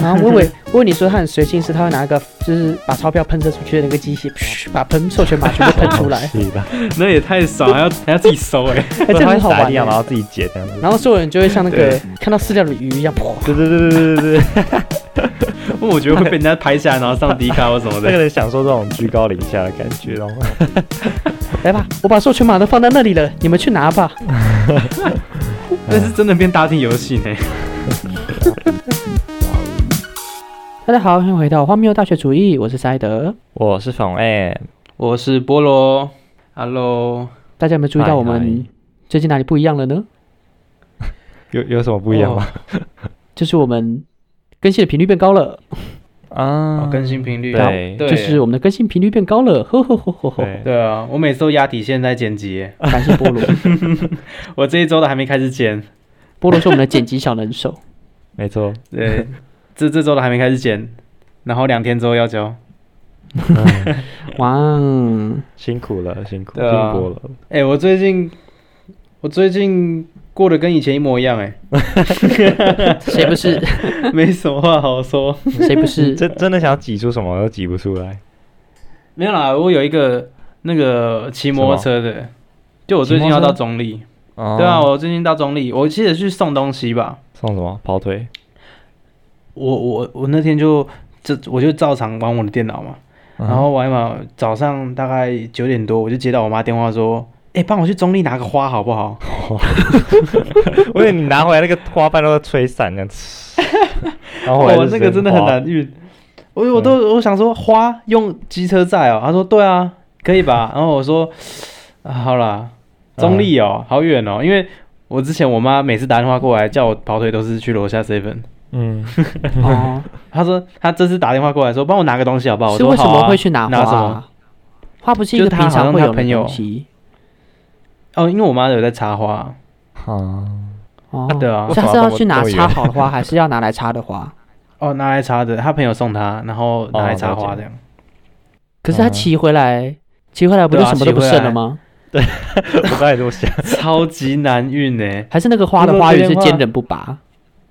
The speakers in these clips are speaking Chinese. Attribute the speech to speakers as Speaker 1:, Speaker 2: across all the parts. Speaker 1: 然后我以为我以为你说他很随性，是他会拿一个就是把钞票喷射出去的那个机器，噗把喷授权码全部喷出 来，
Speaker 2: 是吧？
Speaker 3: 那也太 爽，还要还要自己收哎、
Speaker 1: 哎、
Speaker 2: 不
Speaker 1: 这
Speaker 2: 是他
Speaker 1: 很
Speaker 2: 会
Speaker 1: 好
Speaker 2: 撒
Speaker 1: 玩
Speaker 2: 地上，然
Speaker 1: 欸。
Speaker 2: 后自己捡这样子。
Speaker 1: 然后所有人就会像那个
Speaker 3: 对
Speaker 1: 看到饲料的鱼一样，噗，
Speaker 2: 对对对对对 对，
Speaker 3: 不过我觉得会被人家拍下来，然后上 D 卡或什么
Speaker 2: 那
Speaker 3: 的。
Speaker 2: 个人享受这种居高临下的感觉，然后
Speaker 1: 来吧，我把授权码都放在那里了，你们去拿吧。
Speaker 3: 但是真的变大厅游戏呢。
Speaker 1: 大家好，欢迎回到荒谬大学主义，我是塞德。
Speaker 2: 我是冯哎，
Speaker 3: 我是菠萝，Hello，
Speaker 1: 大家有没有注意
Speaker 2: 嗨
Speaker 1: 到我
Speaker 2: 嗨
Speaker 1: 们最近哪里不一样了呢？
Speaker 2: 有有什么不一样吗？
Speaker 1: 就是我们更新的频率变高了，
Speaker 2: 啊
Speaker 3: 哦更新频率
Speaker 2: 对
Speaker 3: 对，
Speaker 1: 就是我们的更新频率变高了，呵呵呵呵呵。
Speaker 2: 对
Speaker 3: 对啊，我每次都压底线在剪辑耶，
Speaker 1: 感谢菠萝，
Speaker 3: 我这一周都还没开始剪，
Speaker 1: 菠萝是我们的剪辑小能手。
Speaker 2: 没错，
Speaker 3: 对，这这周都还没开始剪，然后两天之后要交。
Speaker 1: 哇哦，
Speaker 2: 嗯辛苦了，辛苦，
Speaker 3: 对啊
Speaker 2: 辛苦了。
Speaker 3: 哎、我最近我最近过得跟以前一模一样哎、
Speaker 1: 谁不是
Speaker 3: 没什么话好说。
Speaker 1: 谁不是
Speaker 2: 真真的想挤出什么都挤不出来。
Speaker 3: 没有啦，我有一个那个骑摩托车的，就我最近要到中立。对
Speaker 1: 哦
Speaker 2: 对
Speaker 3: 啊，我最近到中立，我记得去送东西吧。
Speaker 2: 送什么跑腿？
Speaker 3: 我我我那天就这我就照常玩我的电脑嘛，
Speaker 2: 嗯
Speaker 1: 嗯
Speaker 3: 然后玩一玩，早上大概九点多我就接到我妈电话说，哎、帮我去中立拿个花好不好？
Speaker 2: 我以为你拿回来那个花瓣都要吹散那样子，然后
Speaker 3: 哇
Speaker 2: 回来就
Speaker 3: 哦那个真的很难运。我我
Speaker 1: 嗯
Speaker 3: 都我想说花用机车载哦，她说对啊，可以吧？然后我说、啊、好啦，中立
Speaker 1: 嗯
Speaker 3: 哦，好远哦，因为我之前我妈每次打电话过来叫我跑腿都是去楼下 seven，
Speaker 2: 嗯，
Speaker 1: 哦？
Speaker 3: 她说她这次打电话过来说帮我拿个东西好不好？我
Speaker 1: 是
Speaker 3: 说
Speaker 1: 为什
Speaker 3: 好啊
Speaker 1: 么会去拿花
Speaker 3: 拿什么？
Speaker 1: 啊？花不是一个
Speaker 3: 就是他
Speaker 1: 平常会有
Speaker 3: 好像他
Speaker 1: 的
Speaker 3: 朋友
Speaker 1: 东西
Speaker 3: 哦，因为我妈有在插花，
Speaker 2: 啊，
Speaker 1: 哦
Speaker 3: 啊。对啊
Speaker 1: 下次要去拿
Speaker 2: 为什么
Speaker 1: 插好的花，还是要拿来插的 花？
Speaker 3: 哦拿来插的，她朋友送她，然后拿来
Speaker 2: 哦
Speaker 3: 插
Speaker 2: 了解
Speaker 3: 花这样。
Speaker 1: 可是他
Speaker 2: 嗯
Speaker 1: 骑回来，骑回来不就
Speaker 3: 对啊
Speaker 1: 什么都不
Speaker 3: 骑回
Speaker 1: 剩
Speaker 3: 来
Speaker 1: 了吗？
Speaker 2: 我刚才这么想，
Speaker 3: 超级难运欸呢、
Speaker 1: 还是那个花的
Speaker 3: 如果
Speaker 1: 花
Speaker 3: 这
Speaker 1: 语
Speaker 3: 边
Speaker 1: 是
Speaker 3: 话
Speaker 1: 坚韧不拔？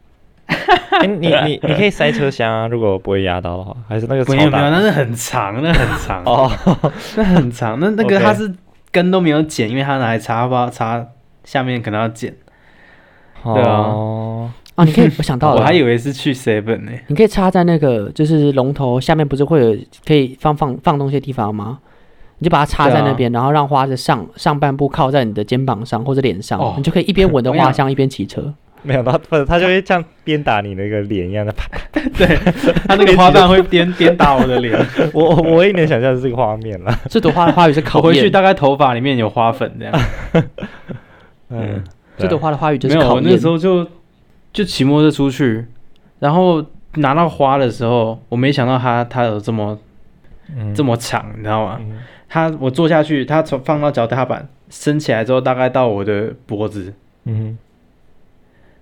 Speaker 2: 哎你你你可以塞车厢啊，如果不会压到的话，还是那个
Speaker 3: 没有
Speaker 2: 超
Speaker 3: 没有，
Speaker 2: 大
Speaker 3: 那是很长，那很长
Speaker 2: 哦，
Speaker 3: 那很长，那那个
Speaker 2: OK
Speaker 3: 它是根都没有剪，因为它拿来插花插下面可能要剪，对啊
Speaker 2: 哦，
Speaker 1: 啊，你可 以，我想到
Speaker 3: 我
Speaker 1: 了
Speaker 3: 还，以为是去 seven 欸 呢、
Speaker 1: 你可以插在那个就是龙头下面，不是会有可以放放放东西的地方吗？你就把它插
Speaker 3: 啊
Speaker 1: 在那边，然后让花的上上半部靠在你的肩膀上或者脸上，
Speaker 3: 哦
Speaker 1: 你就可以一边闻着
Speaker 3: 我
Speaker 1: 花
Speaker 3: 想
Speaker 1: 香一边骑车。
Speaker 2: 没有，他不是他就会像鞭打你那个脸一样的，啪
Speaker 3: 它那个花瓣会颠颠打我的脸，
Speaker 2: 我我我也能想象这个画面了。
Speaker 1: 这朵花的花语是考
Speaker 3: 我回去
Speaker 1: 验，
Speaker 3: 大概头发里面有花粉 这样。
Speaker 2: 嗯，
Speaker 1: 这朵花的花语就
Speaker 3: 没
Speaker 1: 是
Speaker 3: 有，
Speaker 1: 考
Speaker 3: 我那
Speaker 1: 验
Speaker 3: 时。候就就骑摩托车出去，然后拿到花的时候，我没想到它它有这么
Speaker 2: 嗯
Speaker 3: 这么长，你知道吗？
Speaker 2: 嗯
Speaker 3: 它我坐下去，它从放到脚踏板升起来之后，大概到我的脖子，
Speaker 2: 嗯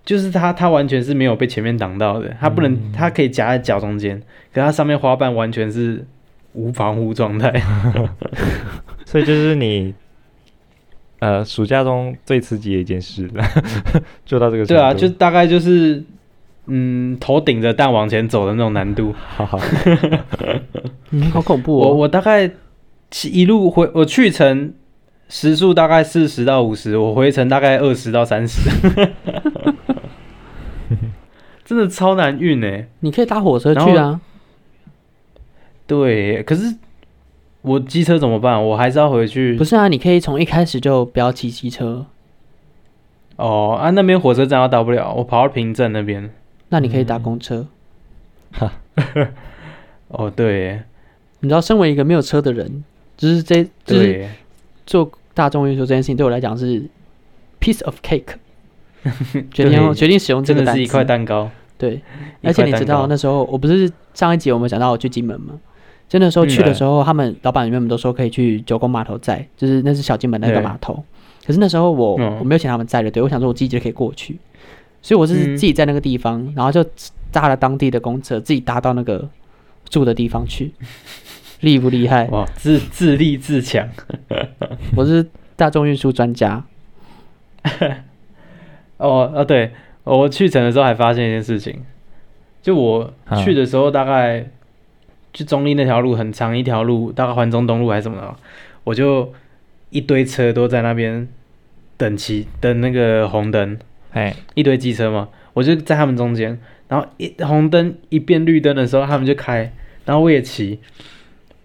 Speaker 3: 就是它，它完全是没有被前面挡到的，它不能，它可以夹在脚中间，可它上面花瓣完全是无防护状态。
Speaker 2: 所以就是你。呃，暑假中最刺激的一件事 了，做到这个程
Speaker 3: 对啊，
Speaker 2: 度
Speaker 3: 就大概就是，嗯，头顶着蛋往前走的那种难度。
Speaker 2: 好 好
Speaker 1: 嗯，好恐怖
Speaker 3: 我
Speaker 1: 哦！
Speaker 3: 我大概骑一路回，我去程时速大概四十到五十，我回程大概二十到三十， 真的超难运哎、
Speaker 1: 你可以搭火车
Speaker 3: 然
Speaker 1: 去啊。
Speaker 3: 对，可是我机车怎么办？我还是要回去
Speaker 1: 不。是啊，你可以从一开始就不要骑机车，
Speaker 3: 哦啊，那边火车站要到不了，我跑到平镇那边。
Speaker 1: 那你可以搭公车。
Speaker 3: 哦，对耶，
Speaker 1: 你知道，身为一个没有车的人，就是这就是
Speaker 3: 对耶，
Speaker 1: 做大众运输这件事情对我来讲是 piece of cake，决定用决定使用这
Speaker 3: 真
Speaker 1: 个
Speaker 3: 的
Speaker 1: 单
Speaker 3: 是一
Speaker 1: 词。
Speaker 3: 块蛋糕。
Speaker 1: 对，
Speaker 3: 一
Speaker 1: 而且你
Speaker 3: 块
Speaker 1: 知
Speaker 3: 蛋
Speaker 1: 道
Speaker 3: 糕
Speaker 1: 那时候我不是上一集我们讲到我去金门吗？就那时候去的时候，他们老板原本都说可以去九宫码头载，就是那是小金门那个
Speaker 3: 对
Speaker 1: 码头。可是那时候我、
Speaker 3: 嗯
Speaker 1: 我没有请他们载的，对我想说我自己就可以过去，所以我是自
Speaker 3: 嗯
Speaker 1: 己在那个地方，然后就搭了当地的公车，自己搭到那个住的地方 去，厉不厉害？
Speaker 3: 哇，自自立自强。
Speaker 1: 我是大众运输专家。
Speaker 3: 哦哦啊，对，我去程的时候还发现一件事情，就我去的时候，大概就中立那条路很长一条路，大概环中东路还是什么的，我就一堆车都在那边等骑等那个红灯，
Speaker 2: 哎，
Speaker 3: 一堆机车嘛，我就在他们中间，然后一红灯一变绿灯的时候，他们就开，然后我也骑。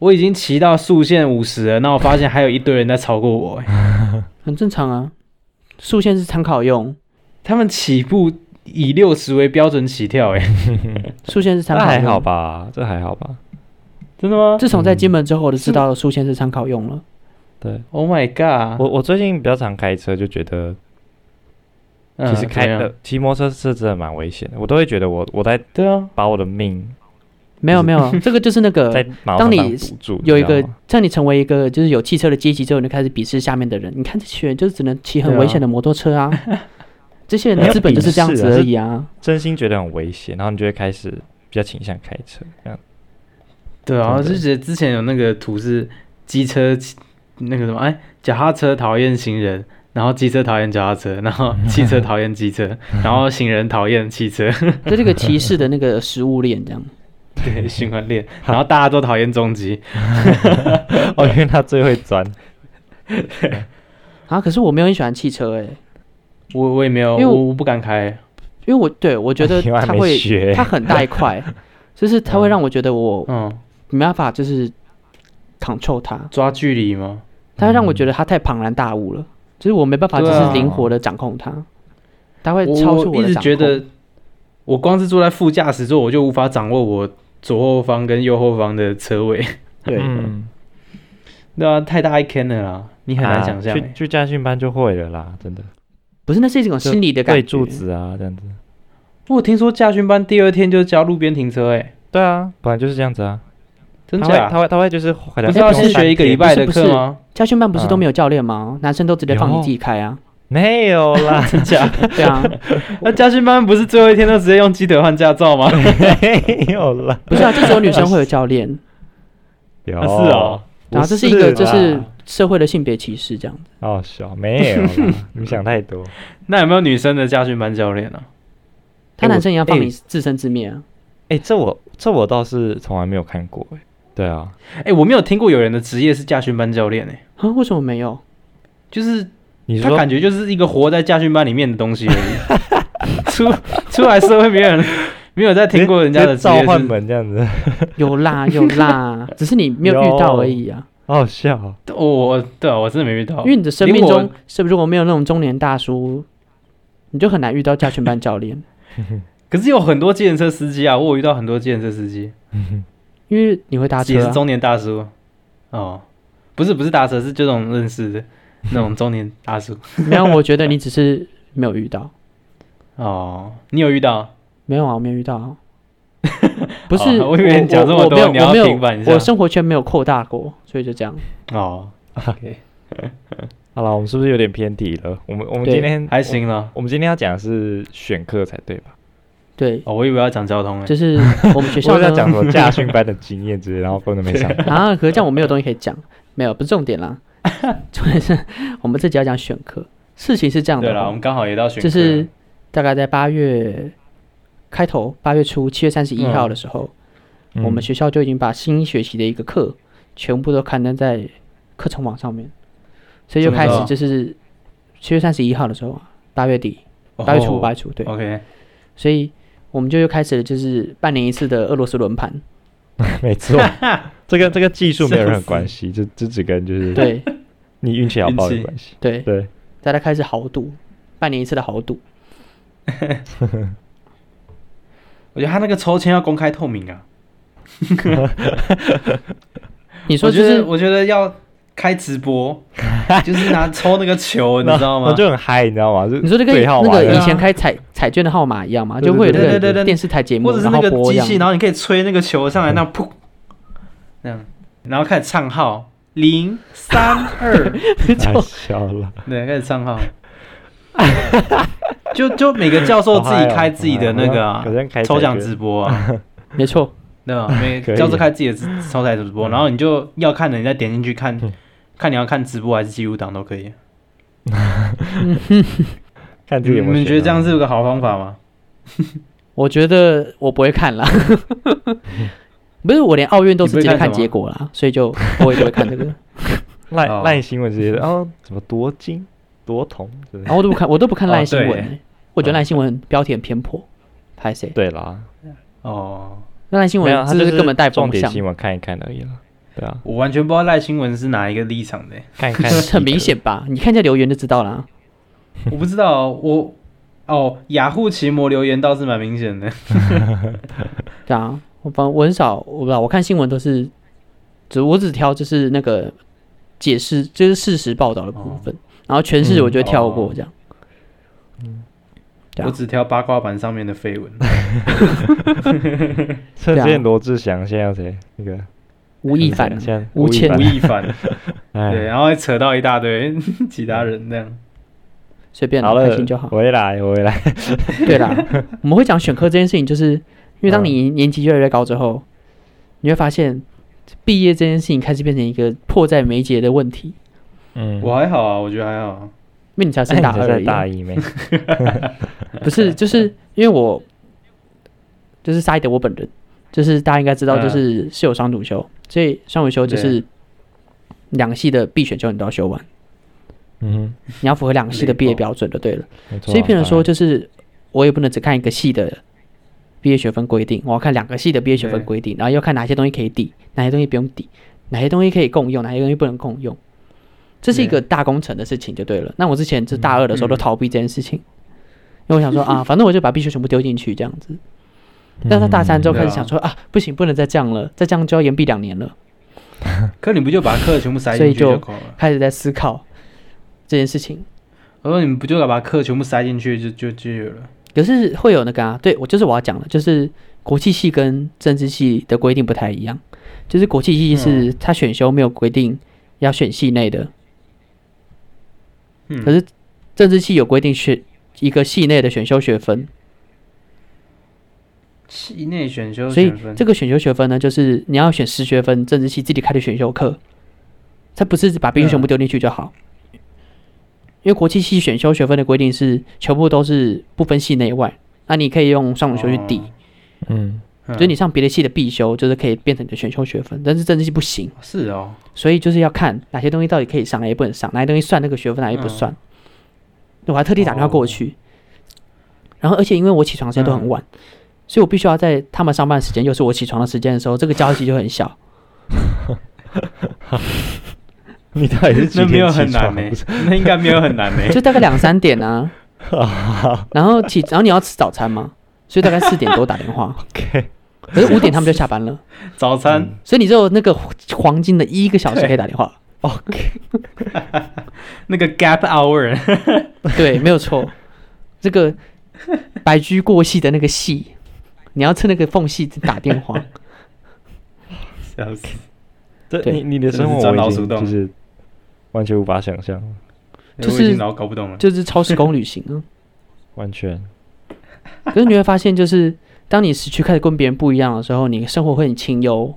Speaker 3: 我已经骑到速限五十了，那我发现还有一堆人在超过我、哎
Speaker 1: 很正常啊。竖线是参考用，
Speaker 3: 他们起步以六十为标准起跳、哎，
Speaker 1: 竖线是
Speaker 2: 这
Speaker 1: 参考用。
Speaker 2: 还好吧？这还好吧？
Speaker 3: 真的吗
Speaker 1: 自从在
Speaker 2: 嗯
Speaker 1: 金门之后，我就知道竖线是参考用了。
Speaker 2: 对
Speaker 3: ？Oh my god！
Speaker 2: 我，我最近比较常开车，就觉得
Speaker 3: 嗯
Speaker 2: 其实开
Speaker 3: 的、
Speaker 2: 呃骑摩托车是真的蛮危险的，我都会觉得我我在
Speaker 3: 对啊，呃
Speaker 2: 把我的命
Speaker 1: 没有没有，这个就是那个
Speaker 2: 在马路
Speaker 1: 当
Speaker 2: 上
Speaker 1: 你
Speaker 2: 赌注，
Speaker 1: 有一
Speaker 2: 你知
Speaker 1: 个
Speaker 2: 道吗
Speaker 1: 让你成为一个就是有汽车的阶级之后，你就开始鄙视下面的人。你看这些人就是只能骑很
Speaker 3: 对啊
Speaker 1: 危险的摩托车啊，这些人的资本就是这样子而已啊。
Speaker 2: 真心觉得很危险，然后你就会开始比较倾向开车 这样。
Speaker 3: 对啊，
Speaker 2: 真的
Speaker 3: 就觉得之前有那个图是机车骑那个什么，哎，脚踏车讨厌行人，然后机车讨厌脚踏车，然后汽车讨厌机车，然后行人讨厌汽车，
Speaker 1: 这这个歧视的那个食物链这样。
Speaker 3: 对， 循环链，然后大家都讨厌重机，
Speaker 2: 哦，因为他最会钻，
Speaker 1: 啊，可是我没有很喜欢汽车哎、
Speaker 3: 我我也没有，
Speaker 1: 因为
Speaker 3: 我我不敢开，
Speaker 1: 因为我对我觉得
Speaker 2: 因为还
Speaker 1: 它
Speaker 2: 没
Speaker 1: 会
Speaker 2: 学
Speaker 1: 它很大一块，就是它会让我觉得我
Speaker 3: 嗯，
Speaker 1: 没办法就是 control 它，
Speaker 3: 抓距离吗？
Speaker 1: 它会让我觉得它太庞然大物了，就是我没办法就
Speaker 3: 对
Speaker 1: 是
Speaker 3: 啊
Speaker 1: 灵活的掌控它，它会
Speaker 3: 我
Speaker 1: 超出
Speaker 3: 我一
Speaker 1: 的
Speaker 3: 直
Speaker 1: 掌控。
Speaker 3: 觉得，我光是坐在副驾驶座，我就无法掌握我左后方跟右后方的车位，
Speaker 1: 对，
Speaker 2: 嗯，
Speaker 3: 对啊，太大一坑了啦，你很难
Speaker 2: 啊
Speaker 3: 想象、
Speaker 2: 去
Speaker 3: 欸。
Speaker 2: 去驾训班就会了啦，真的
Speaker 1: 不是那是一种心理的感
Speaker 2: 对
Speaker 1: 觉。
Speaker 2: 柱子啊这样子。
Speaker 3: 我听说驾训班第二天就教路边停车、欸，哎，对啊，
Speaker 2: 本来就是这样子啊，
Speaker 3: 真
Speaker 2: 他会
Speaker 3: 假？
Speaker 2: 他会他会就是可能
Speaker 3: 不是要
Speaker 2: 不用
Speaker 3: 先学一个礼拜的
Speaker 1: 不是不
Speaker 3: 课
Speaker 1: 是
Speaker 3: 吗？
Speaker 1: 家训班不是
Speaker 2: 嗯
Speaker 1: 都没有教练吗？男生都直接放你自己开啊。
Speaker 2: 没有 啦，
Speaker 3: 真假？
Speaker 1: 对啊，
Speaker 3: 那驾训班不是最后一天都直接用机德换驾照吗？
Speaker 2: 没有啦，
Speaker 1: 不是啊，就只有女生会有教 练。
Speaker 2: 有
Speaker 3: 啊 是哦，
Speaker 1: 然后这
Speaker 2: 不
Speaker 1: 是一个
Speaker 2: 啦
Speaker 1: 就是社会的性别歧视这样子。
Speaker 2: 好笑，没 有啦，你想太多。
Speaker 3: 那有没有女生的驾训班教练啊？
Speaker 1: 他
Speaker 2: 哎
Speaker 1: 男
Speaker 2: 我
Speaker 1: 生也要放
Speaker 2: 哎
Speaker 1: 你自生自灭啊。
Speaker 2: 哎，这我这我倒是从来没有看过哎。对啊，
Speaker 3: 哎、我没有听过有人的职业是驾训班教练哎、
Speaker 1: 啊，为什么没有？
Speaker 3: 就是
Speaker 2: 你
Speaker 3: 他
Speaker 2: 说
Speaker 3: 感觉就是一个活在驾训班里面的东西而已。 出出来社会，没有人没有再听过人家的
Speaker 2: 直
Speaker 3: 职
Speaker 2: 接
Speaker 3: 业
Speaker 2: 召唤
Speaker 3: 是。
Speaker 2: 门这样子，
Speaker 1: 有 啦有啦，只是你没有遇到而已啊。
Speaker 2: 好好笑哦。
Speaker 3: 我我对啊，我真的没遇到。
Speaker 1: 因为你的生命
Speaker 3: 连我
Speaker 1: 中是不是如果没有那种中年大叔，你就很难遇到家训班教练。
Speaker 3: 可是有很多计程车司机啊，我有遇到很多计程车司机，
Speaker 1: 因为你会搭
Speaker 3: 也
Speaker 1: 车、
Speaker 3: 是
Speaker 1: 啊，
Speaker 3: 中年大叔。哦，不是不是大车，是这种认 识的那种中年大叔。
Speaker 1: 没有？我觉得你只是没有遇到，
Speaker 3: 哦，你有遇到？
Speaker 1: 没有啊，我没有遇到、 啊。不是，
Speaker 3: 哦我以为你讲这么
Speaker 1: 我
Speaker 3: 多
Speaker 1: 我
Speaker 3: 你
Speaker 1: 没有
Speaker 3: 要
Speaker 1: 我没有
Speaker 3: 平反一下
Speaker 1: 我生活圈没有扩大过，所以就这样。
Speaker 3: 哦，OK，
Speaker 2: 好了，我们是不是有点偏题了？我们我们
Speaker 1: 对
Speaker 2: 今天
Speaker 3: 还行了。
Speaker 2: 我，我们今天要讲的是选课才对吧？
Speaker 1: 对，
Speaker 3: 哦，我以为要讲交通诶。
Speaker 1: 就是我们学
Speaker 2: 我
Speaker 1: 校
Speaker 2: 是要讲
Speaker 1: 呢
Speaker 2: 什 么驾训班的经验之类，然后根本没想。
Speaker 1: 啊，可是这样我没有东西可以讲，没有，不是重点 啦，重点是我们这集要讲选课。事情是这样
Speaker 3: 对
Speaker 1: 的
Speaker 3: 了，我
Speaker 1: 哦，
Speaker 3: 们刚好也到选
Speaker 1: 就
Speaker 3: 课了，
Speaker 1: 是大概在八月开头，八月初，七月三十一号的时候，
Speaker 2: 嗯
Speaker 3: 嗯
Speaker 1: 我们学校就已经把新一学期的一个课全部都刊登在课程网上面，所以就
Speaker 3: 真的
Speaker 1: 开始
Speaker 3: 哦
Speaker 1: 就是七月三十一号的时候啊，八月底，
Speaker 3: 哦
Speaker 1: 八月初，八月初，对，
Speaker 3: OK，
Speaker 1: 所以我们就又开始了就是半年一次的俄罗斯轮盘，
Speaker 2: 嗯没 错，这个这个技术没有任何关系，这这只跟
Speaker 3: 嗯
Speaker 2: 就是
Speaker 1: 对
Speaker 2: 你运气好不好有
Speaker 3: 运气
Speaker 2: 关系。
Speaker 1: 对，
Speaker 2: 对，
Speaker 1: 大家开始豪赌，半年一次的豪赌。
Speaker 3: 我觉得他那个抽签要公开透明啊。
Speaker 1: 你说
Speaker 3: 我
Speaker 1: 就
Speaker 3: 觉得
Speaker 1: 是
Speaker 3: 我觉得要开直播，就是拿抽那个 球，哦你知道
Speaker 2: 我
Speaker 3: 吗？
Speaker 2: 就很嗨，你知道吗？就
Speaker 1: 你说这个
Speaker 2: 对号
Speaker 1: 那
Speaker 2: 码
Speaker 1: 个
Speaker 2: 的
Speaker 1: 以前开彩彩券的号码一样嘛，
Speaker 2: 对
Speaker 1: 就会有
Speaker 2: 对
Speaker 1: 那
Speaker 3: 对对
Speaker 1: 个
Speaker 3: 对
Speaker 1: 电视台节目，
Speaker 3: 或者是
Speaker 1: 然
Speaker 3: 那
Speaker 1: 后
Speaker 3: 个
Speaker 1: 播一
Speaker 3: 机
Speaker 1: 样
Speaker 3: 器，。然后你可以吹那个球上来，那样噗，那样，然后开始唱号零三二，
Speaker 2: 太笑了，
Speaker 3: 对，开始唱号。就就每个教授自己开自己的那个
Speaker 2: 哦
Speaker 3: 啊
Speaker 2: 好嗨哦好嗨哦好像开，
Speaker 3: 抽奖直播啊，
Speaker 1: 没错，
Speaker 3: 对吧？每
Speaker 2: 可
Speaker 3: 个
Speaker 2: 以
Speaker 3: 教授开自己的直抽奖直播，然后你就要看的，你再点进去看，看你要看直播还是记录档都可以。
Speaker 2: 看
Speaker 3: 你
Speaker 2: 自己有没有
Speaker 3: 们觉得这样
Speaker 2: 子？
Speaker 3: 是有个好方法吗？
Speaker 1: 我觉得我不会看啦， 不是我连奥运都是直接看结果啦，所以就我也不会看这 个，
Speaker 2: 烂
Speaker 3: 哦
Speaker 2: 烂新闻之类的，哦，怎么夺金夺铜之类
Speaker 1: 然
Speaker 2: 的。
Speaker 1: 后我都不看，我都不看
Speaker 3: 哦
Speaker 1: 烂新闻
Speaker 3: 对
Speaker 1: 欸、我觉得烂新闻标题很偏颇，拍谁？
Speaker 2: 对啦，
Speaker 3: 哦，
Speaker 1: 那烂新
Speaker 2: 没有，
Speaker 1: 闻
Speaker 2: 他
Speaker 1: 真
Speaker 2: 就是
Speaker 1: 根本带
Speaker 2: 重
Speaker 1: 风
Speaker 2: 点
Speaker 1: 向，，
Speaker 2: 新闻看一看而已啦。对啊，
Speaker 3: 我完全不知道赖新闻是哪一个立场的欸，
Speaker 2: 看一看
Speaker 1: 很明。显吧？你看一下留言就知道啦。
Speaker 3: 我不知道，我哦，雅虎奇摩留言倒是蛮明显的，
Speaker 1: 对啊，我反我很少，我不知道，我看新闻都是只我只挑就是那个解释，就是事实报道的部分，然后诠释
Speaker 2: 嗯
Speaker 1: 我就会跳过
Speaker 3: 哦
Speaker 1: 这样。对啊
Speaker 3: 我只挑八卦版上面的绯 闻。
Speaker 2: 趁
Speaker 1: 对啊
Speaker 2: 之前罗志祥，现在有谁？那个
Speaker 1: 吴亦凡啊，
Speaker 2: 现在
Speaker 1: 吴
Speaker 2: 亦
Speaker 1: 倩
Speaker 2: 凡
Speaker 3: 吴亦凡，对，
Speaker 2: 哎，
Speaker 3: 然后还扯到一大堆 其他
Speaker 1: 嗯
Speaker 3: 人那样。
Speaker 1: 随便啦
Speaker 2: 好了，
Speaker 1: 开心就好。
Speaker 2: 回来回来，
Speaker 1: 对 啦，我们会讲选科这件事情，就是因为当
Speaker 2: 嗯
Speaker 1: 你年级越来越高之后，你会发现毕业这件事情开始变成一个迫在眉睫的问题，
Speaker 2: 嗯，
Speaker 3: 我还好啊，我觉得还好啊。
Speaker 1: 因为你才
Speaker 2: 哎
Speaker 1: 升
Speaker 2: 你
Speaker 1: 大
Speaker 2: 才
Speaker 1: 二而
Speaker 2: 在
Speaker 1: 已
Speaker 2: 大
Speaker 1: 啊，
Speaker 2: 一没？
Speaker 1: 不是就是因为我就是沙伊德我本人，就是大家应该知道，
Speaker 3: 嗯
Speaker 1: 就是是有双主修，所以双主修就是两个系的必选修你都要修完，
Speaker 2: 嗯
Speaker 1: 你要符合两个系的毕业
Speaker 3: 累爆
Speaker 1: 标准就对了。
Speaker 2: 哼，没错啊
Speaker 1: 所以变成
Speaker 3: 啊
Speaker 1: 说，
Speaker 2: 当
Speaker 1: 就是我也不能只看一个系的毕业学分规定，我要看两个系的毕业学分
Speaker 3: 对
Speaker 1: 规定，然后要看哪些东西可以抵，哪些东西不用抵，哪些东西可以共用，哪些东西不能共用。这是一个大工程的事情，就对了。那我之前是大二的时候都
Speaker 3: 嗯
Speaker 1: 逃避这件事情，因为我想说啊，反正我就把必修全部丢进去这样子。
Speaker 2: 然
Speaker 1: 但到大三之后
Speaker 3: 嗯
Speaker 1: 开始想说啊，不行，不能再这样了，再这样就要延毕两年了。
Speaker 3: 可你不就把课全部塞
Speaker 1: 所以
Speaker 3: 进去
Speaker 1: 就
Speaker 3: 就够了？
Speaker 1: 开始在思考这件事情，
Speaker 3: 我说你们不就把课全部塞进去就就就有了？
Speaker 1: 可是会有那个啊，对我就是我要讲的，就是国际系跟政治系的规定不太一样，就是国际
Speaker 3: 嗯
Speaker 1: 系是它选修没有规定要选系内的，
Speaker 3: 嗯
Speaker 1: 可是政治系有规定选一个系内的选修学分，
Speaker 3: 系内选修
Speaker 1: 所以
Speaker 3: 选分
Speaker 1: 这个选修学分呢，就是你要选十学分政治系自己开的选修课，它不是把必须全部丢进去就好。因为国际系选修学分的规定是全部都是不分系内外，那你可以用上午修去抵，
Speaker 2: 嗯
Speaker 3: 哦
Speaker 1: 所以你上别的系的必修，就是可以变成你的选修学分，但是政治系不行，
Speaker 3: 嗯是哦，
Speaker 1: 所以就是要看哪些东西到底可以上，哪些不能上，哪些东西算那个学分，哪些不算。我还特地打电话过去，然后而且因为我起床时间都很晚，所以我必须要在他们上班时间，又是我起床的时间的时候，这个交集就很小。
Speaker 2: 你到底是几
Speaker 3: 那没有
Speaker 2: 点起
Speaker 3: 很难欸
Speaker 2: 床
Speaker 3: 呢，那应该没有很难欸呢。
Speaker 1: 就大概两三点啊，然后起，然后你要吃早餐嘛，所以大概四点多打电话，
Speaker 2: OK，
Speaker 1: 可是五点他们就下班了，
Speaker 3: 早餐
Speaker 1: 所以你只有那个黄金的一个小时可以打电话，
Speaker 3: 那个 gap hour，
Speaker 1: 对，没有错，这个白驹过隙的那个隙，你要趁那个缝隙打电 话，
Speaker 3: 笑死
Speaker 2: 这
Speaker 1: 对
Speaker 2: 你你的生活
Speaker 3: 真
Speaker 2: 我已
Speaker 3: 的是钻老鼠
Speaker 2: 经
Speaker 3: 洞
Speaker 2: 就是完全无法想象，
Speaker 1: 就是
Speaker 3: 我已经脑搞不懂了。
Speaker 1: 就是超时空旅行啊。
Speaker 2: 完全
Speaker 1: 可是你会发现，就是当你时区开始跟别人不一样的时候，你的生活会很清幽，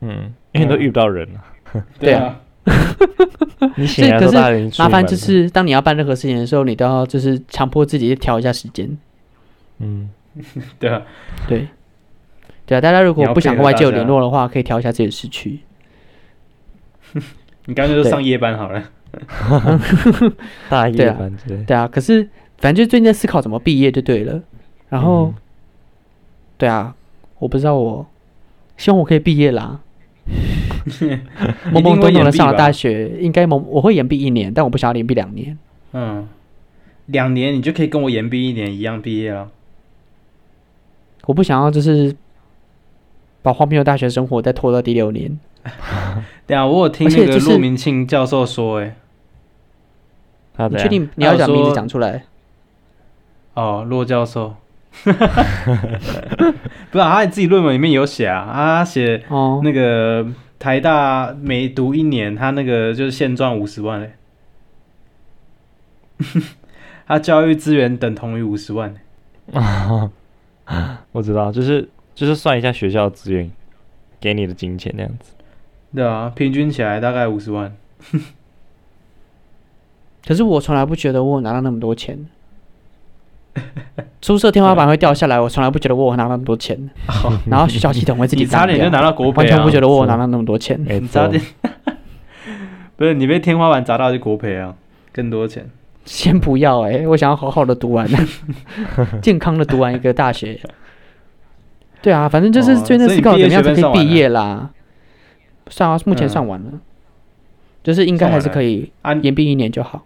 Speaker 2: 嗯，因为你都遇不到人了，
Speaker 1: 对啊
Speaker 3: 啊，
Speaker 2: 你显然
Speaker 1: 可
Speaker 2: 都
Speaker 1: 是
Speaker 2: 大人已经出
Speaker 1: 麻烦
Speaker 2: 门
Speaker 1: 就
Speaker 2: 了
Speaker 1: 是当你要办任何事情的时候，你都要就是强迫自己去调一下时间。
Speaker 2: 嗯，
Speaker 3: 对啊，
Speaker 1: 对，对啊，大家如
Speaker 3: 你
Speaker 1: 果
Speaker 3: 要
Speaker 1: 不想
Speaker 3: 配
Speaker 1: 跟
Speaker 3: 合
Speaker 1: 外
Speaker 3: 大
Speaker 1: 界有
Speaker 3: 家
Speaker 1: 联络的话，可以调一下自己的时区。
Speaker 3: 你干脆就
Speaker 1: 对
Speaker 3: 上夜班好了。
Speaker 2: 大夜
Speaker 1: 对啊
Speaker 2: 班之类，
Speaker 1: 对啊，可是反正就最近在思考怎么毕业就对了。然后，
Speaker 2: 嗯
Speaker 1: 对啊，我不知道我，希望我可以毕业 啦。懵
Speaker 3: 一定
Speaker 1: 懵
Speaker 3: 会
Speaker 1: 懂懂
Speaker 3: 延
Speaker 1: 的
Speaker 3: 毕
Speaker 1: 上了
Speaker 3: 吧
Speaker 1: 大学，应该懵我会延毕一年，但我不想要延毕两年。
Speaker 3: 嗯，两年你就可以跟我延毕一年一样毕业了。
Speaker 1: 我不想要就是把荒谬的大学生活再拖到第六年。
Speaker 3: 对啊，我有听
Speaker 1: 而且
Speaker 3: 那个
Speaker 1: 就是
Speaker 3: 骆明庆教授说、欸，哎，
Speaker 2: 他
Speaker 3: 啊
Speaker 1: 你
Speaker 2: 怎
Speaker 1: 确
Speaker 2: 样
Speaker 1: 定你
Speaker 3: 他
Speaker 1: 要
Speaker 3: 有
Speaker 1: 讲名字
Speaker 3: 说
Speaker 1: 讲出来？
Speaker 3: 哦，骆教授， 不是、啊、他自己论文里面有写啊，他写
Speaker 1: 哦，
Speaker 3: 那个台大每读一年，他那个就是现赚五十万嘞、 他教育资源等同于五十万、
Speaker 2: 我知道，就是就是算一下学校资源给你的金钱那样子，
Speaker 3: 对啊，平均起来大概五十万。
Speaker 1: 可是我从来不觉得我有拿到那么多钱。 宿舍天花板会掉下来，我从来不觉得我有拿到那么多 钱。然后学校系统会自己
Speaker 3: 哦你差点就
Speaker 1: 涨价
Speaker 3: 拿到国
Speaker 1: 完
Speaker 3: 赔
Speaker 1: 全
Speaker 3: 啊
Speaker 1: 不！觉得我有拿到那么多钱。
Speaker 2: 没
Speaker 3: 嗯你差
Speaker 2: 错，
Speaker 3: 点，不是你被天花板砸到就国赔啊，更多钱。
Speaker 1: 先不要哎、我想要好好的读 完，健康的读完一个大学。对啊，反正就是
Speaker 3: 哦
Speaker 1: 最近在
Speaker 3: 所以
Speaker 1: 思
Speaker 3: 你
Speaker 1: 考
Speaker 3: 毕
Speaker 1: 怎
Speaker 3: 业
Speaker 1: 么样才
Speaker 3: 学分
Speaker 1: 可以
Speaker 3: 上完
Speaker 1: 毕
Speaker 3: 了
Speaker 1: 业啦。算啊，目前
Speaker 3: 嗯
Speaker 1: 算完了，就是应该还是可以
Speaker 3: 啊，
Speaker 1: 延毕一年就好。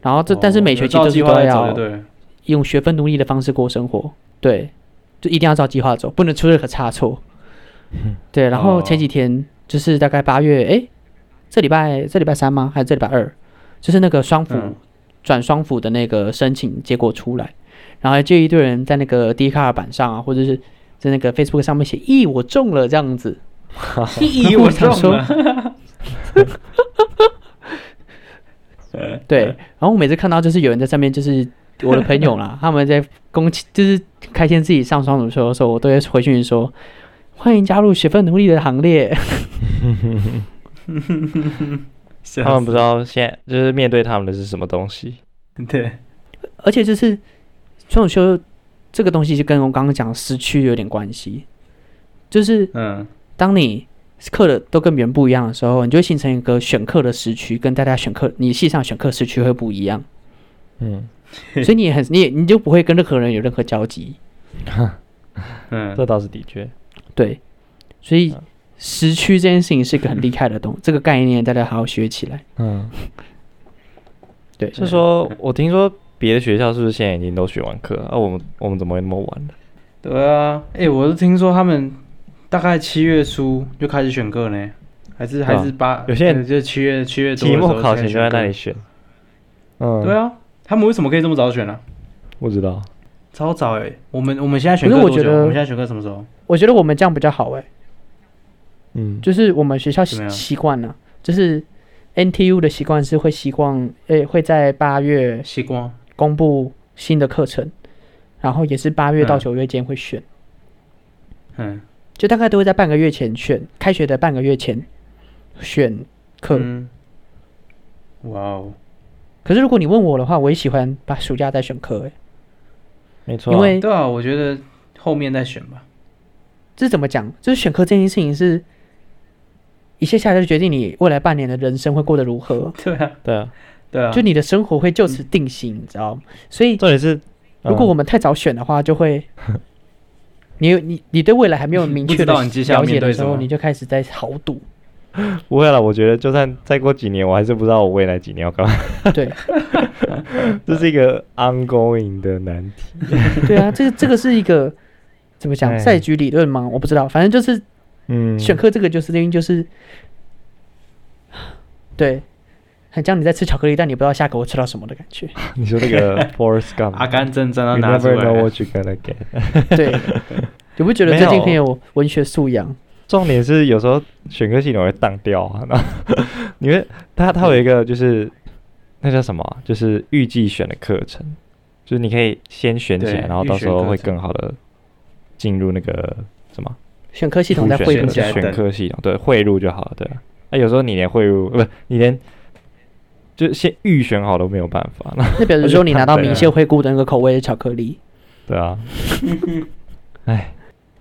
Speaker 1: 然哦后这、
Speaker 3: 哦
Speaker 1: 但是每学期都
Speaker 3: 有照
Speaker 1: 是
Speaker 3: 计
Speaker 1: 都
Speaker 3: 划在走就
Speaker 1: 要
Speaker 3: 对了，
Speaker 1: 用学分独立的方式过生活，对，就一定要照计划走，不能出任何差错。 对，然后
Speaker 3: 哦
Speaker 1: 前几天就是大概八月，诶，这礼拜这礼拜三吗？还是这礼拜二？就是那个双辅
Speaker 3: 嗯
Speaker 1: 转双辅的那个申请结果出来，然后就一堆人在那个 d 卡尔版上啊，或者是在那个 Facebook 上面写“咦，我中了”这样 子。
Speaker 3: 咦，
Speaker 1: 我
Speaker 3: 我
Speaker 1: 想
Speaker 3: 中了，
Speaker 1: 对，然后我每次看到就是有人在上面，就是我的朋友啦， 他们在攻击，就是开心自己上双主秀的时候，我都会回讯说：“欢迎加入学分奴隶的行列。
Speaker 3: 吓
Speaker 2: 他们不知道现在就是面对他们的是什么东西。
Speaker 3: 死对，”
Speaker 1: 而且就是双主秀这个东西，就跟我刚刚讲的时区有点关系，就是
Speaker 3: 嗯，
Speaker 1: 当你课的都跟别人不一样的时候，你就会形成一个选课的时区，跟大家选课，你系上选课时区会不一样，
Speaker 2: 嗯，
Speaker 1: 所以你也很你也你就不会跟任何人有任何交集。
Speaker 3: 嗯，
Speaker 2: 这倒是的确。
Speaker 1: 对，所以
Speaker 2: 嗯
Speaker 1: 时区这件事情是个很厉害的东，这个概念大家好好学起来。
Speaker 2: 嗯，
Speaker 1: 对，
Speaker 2: 是说我听说别的学校是不是现在已经都学完课了啊？我们我们怎么会那么晚呢？
Speaker 3: 对啊，哎、我是听说他们大概七月初就开始选课呢，还是还是
Speaker 1: 啊
Speaker 3: 八，
Speaker 2: 有些人
Speaker 3: 对就是七月七月多
Speaker 2: 期
Speaker 3: 的时候
Speaker 2: 末考前就在那里
Speaker 3: 选
Speaker 2: 选。嗯，
Speaker 3: 课。对，啊，他们为什么可以这么早选呢、啊？
Speaker 2: 不知道。
Speaker 3: 超早哎、我们我们现在选课
Speaker 1: 可欸是我
Speaker 3: 多久？
Speaker 1: 觉得
Speaker 3: 我们现在选课什么时候？
Speaker 1: 我觉得我们这样比较好哎、
Speaker 2: 嗯，
Speaker 1: 就是我们学校习
Speaker 3: 怎么样
Speaker 1: 习惯了，就是 NTU 的习惯是会习惯，诶、会在八月
Speaker 3: 西瓜，
Speaker 1: 公布新的课程，然后也是八月到
Speaker 3: 嗯
Speaker 1: 九月间会选，
Speaker 3: 嗯，
Speaker 1: 就大概都会在半个月前选，开学的半个月前选课。
Speaker 3: 嗯哇哦，
Speaker 1: 可是如果你问我的话，我也喜欢把暑假再选课哎、
Speaker 2: 没错啊。
Speaker 1: 因为
Speaker 3: 对啊，我觉得后面再选吧。
Speaker 1: 这是怎么讲？就是选科这件事情是，一切下来就决定你未来半年的人生会过得如何，
Speaker 3: 对啊，
Speaker 2: 对啊，
Speaker 3: 对啊，
Speaker 1: 就你的生活会就此定型，你知道吗？所以
Speaker 2: 重点是，
Speaker 3: 啊
Speaker 1: 如果我
Speaker 2: 嗯
Speaker 1: 们太早选的话，就 会，你有你你对未来还没有明
Speaker 3: 不
Speaker 1: 确
Speaker 3: 知
Speaker 1: 的
Speaker 3: 道你接下来
Speaker 1: 了解
Speaker 3: 面
Speaker 1: 的
Speaker 3: 对
Speaker 1: 时
Speaker 3: 什
Speaker 1: 候，
Speaker 3: 么
Speaker 1: 你就开始在豪赌，
Speaker 2: 不会了，我觉得就算再过几年，我还是不知道我未来几年要干嘛。
Speaker 1: 对
Speaker 2: 这是一个 ongoing 的难题。
Speaker 1: 对啊，这个这个是一个怎么讲
Speaker 2: 哎
Speaker 1: 赛局理论吗？我不知道，反正就是
Speaker 2: 嗯，
Speaker 1: 选课这个就是因为就是， 对，很像你在吃巧克力，但你不知道下口会吃到什么的感觉。
Speaker 2: 你说那个 Forrest Gump，
Speaker 3: 阿甘正正要
Speaker 2: You
Speaker 3: 拿出
Speaker 2: never
Speaker 3: 来
Speaker 2: know
Speaker 3: 了。
Speaker 2: what you gonna get。
Speaker 1: 对，你不觉得
Speaker 2: 没
Speaker 1: 最近
Speaker 2: 有
Speaker 1: 很有文学素养？
Speaker 2: 重点是有时候选科系统会荡掉啊，然后因为它它有一个就是那叫什么啊，就是预计选的课程，就是你可以先选起来，
Speaker 3: 对
Speaker 2: 然后到时
Speaker 3: 预
Speaker 2: 候
Speaker 3: 选课
Speaker 2: 会
Speaker 3: 程
Speaker 2: 更好的进入那个什么
Speaker 1: 选科系统在
Speaker 2: 初
Speaker 1: 汇
Speaker 2: 选
Speaker 1: 入
Speaker 3: 起
Speaker 1: 就
Speaker 3: 来
Speaker 1: 好
Speaker 2: 选
Speaker 3: 的
Speaker 2: 科系统，对汇入就好了，对啊。那、有时候你连汇入，呃不，你连就先预选好都没有办法，那
Speaker 1: 那表示说你拿到
Speaker 2: 对啊
Speaker 1: 明秀惠顾的那个口味的巧克力，
Speaker 2: 对啊，哎，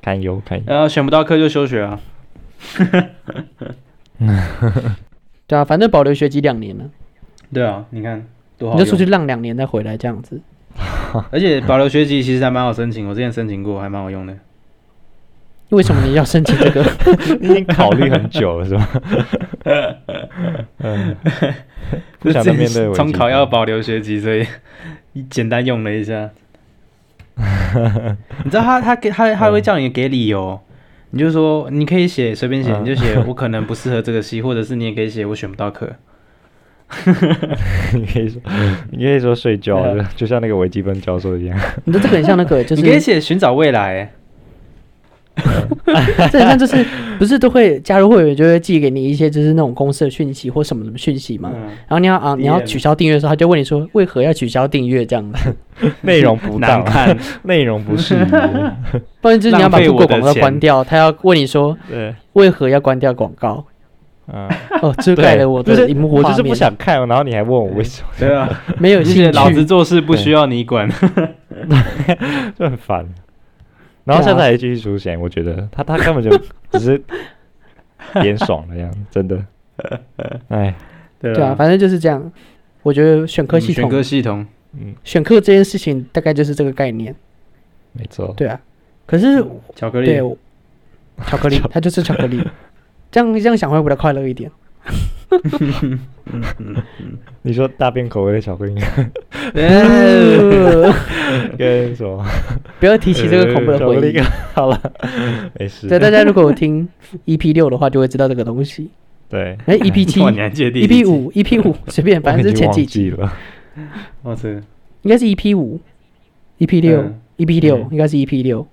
Speaker 2: 堪忧堪忧，
Speaker 3: 然后选不到课就休学啊。
Speaker 1: 对啊，反正保留学籍两年了，
Speaker 3: 对啊，你看多好
Speaker 1: 你
Speaker 3: 用。
Speaker 1: 就出去浪两年再回来这样子。
Speaker 3: 而且保留学籍其实还蛮好申请，我之前申请过，还蛮好用的。
Speaker 1: 为什么你要申请这个？
Speaker 2: 你已经考虑很久了是吧？嗯，不想再面对危机
Speaker 3: 中考要保留学籍，所以简单用了一下。 你知道他他给他他会
Speaker 2: 嗯
Speaker 3: 叫你给理由，你就说你可以写随便写，
Speaker 2: 嗯
Speaker 3: 你就写我可能不适合这个系， 或者是你也可以写我选不到课。
Speaker 2: 你可以说，你可以说睡觉，
Speaker 3: 对
Speaker 2: 就就像那个微积分教授一样。
Speaker 1: 你的这个很像那个，就
Speaker 3: 你可以
Speaker 1: 是
Speaker 3: 写寻找未来。
Speaker 1: 这很像就是不是都会加入会员就会寄给你一些就是那种公司的讯息或什么什么讯息嘛？
Speaker 3: 嗯，
Speaker 1: 然后你要啊，你要
Speaker 3: DM
Speaker 1: 取消订阅的时候，他就问你说为何要取消订阅这样子，
Speaker 2: 内容不
Speaker 3: 难
Speaker 2: 当，
Speaker 3: 看。
Speaker 2: 内容不适宜。
Speaker 1: 不然就是你要把
Speaker 3: 浪费
Speaker 1: Google
Speaker 3: 我的
Speaker 1: 广告
Speaker 3: 钱
Speaker 1: 关掉，他要问你说
Speaker 2: 对，
Speaker 1: 为何要关掉广告，
Speaker 2: 嗯，
Speaker 1: 哦，遮盖了我
Speaker 2: 就
Speaker 1: 的
Speaker 2: 是
Speaker 1: 荧幕
Speaker 2: 我就
Speaker 1: 画
Speaker 2: 是不
Speaker 1: 面
Speaker 2: 想看，然后你还问我为什么，
Speaker 3: 对啊，
Speaker 1: 没有
Speaker 3: 就
Speaker 1: 兴
Speaker 3: 是
Speaker 1: 趣。
Speaker 3: 老子做事不需要你管。
Speaker 2: 就很烦。然后
Speaker 1: 对啊
Speaker 2: 下次还继续出现，我觉得他他根本就只是脸爽的样子，真的。哎，
Speaker 3: 对
Speaker 1: 对啊，
Speaker 3: 啊，
Speaker 1: 反正就是这样。我觉得选
Speaker 3: 科
Speaker 1: 科系
Speaker 3: 选
Speaker 1: 统、啊
Speaker 3: 科系统，
Speaker 2: 嗯，
Speaker 1: 选课这件事情大概就是这个概念。
Speaker 2: 没错。
Speaker 1: 对啊，可是
Speaker 3: 巧克力
Speaker 1: 对，，我巧克力， 它就是巧克力。这样这样想会比较快乐一点。
Speaker 2: 你说大便口味的巧克力
Speaker 3: 哎
Speaker 2: 跟什么？
Speaker 1: 不要提起这个恐 怖的
Speaker 2: 呃
Speaker 1: 回忆
Speaker 2: 巧克力。好了， 没事。
Speaker 1: 对大家如果有听 EP 六的话，就会知道这个东西。
Speaker 2: 对，
Speaker 1: 哎，EP 七
Speaker 3: 哇，、你还界定
Speaker 1: EP 五、EP 五，随便，反正
Speaker 2: 我
Speaker 1: 就
Speaker 2: 已
Speaker 1: 是
Speaker 2: 经
Speaker 1: 前
Speaker 2: 忘
Speaker 1: 几集，
Speaker 2: 记 了。
Speaker 3: 我哦是
Speaker 1: 应该是 EP 五、EP 六
Speaker 3: 嗯、
Speaker 1: EP 六
Speaker 2: 嗯，
Speaker 1: 应该是 EP 六。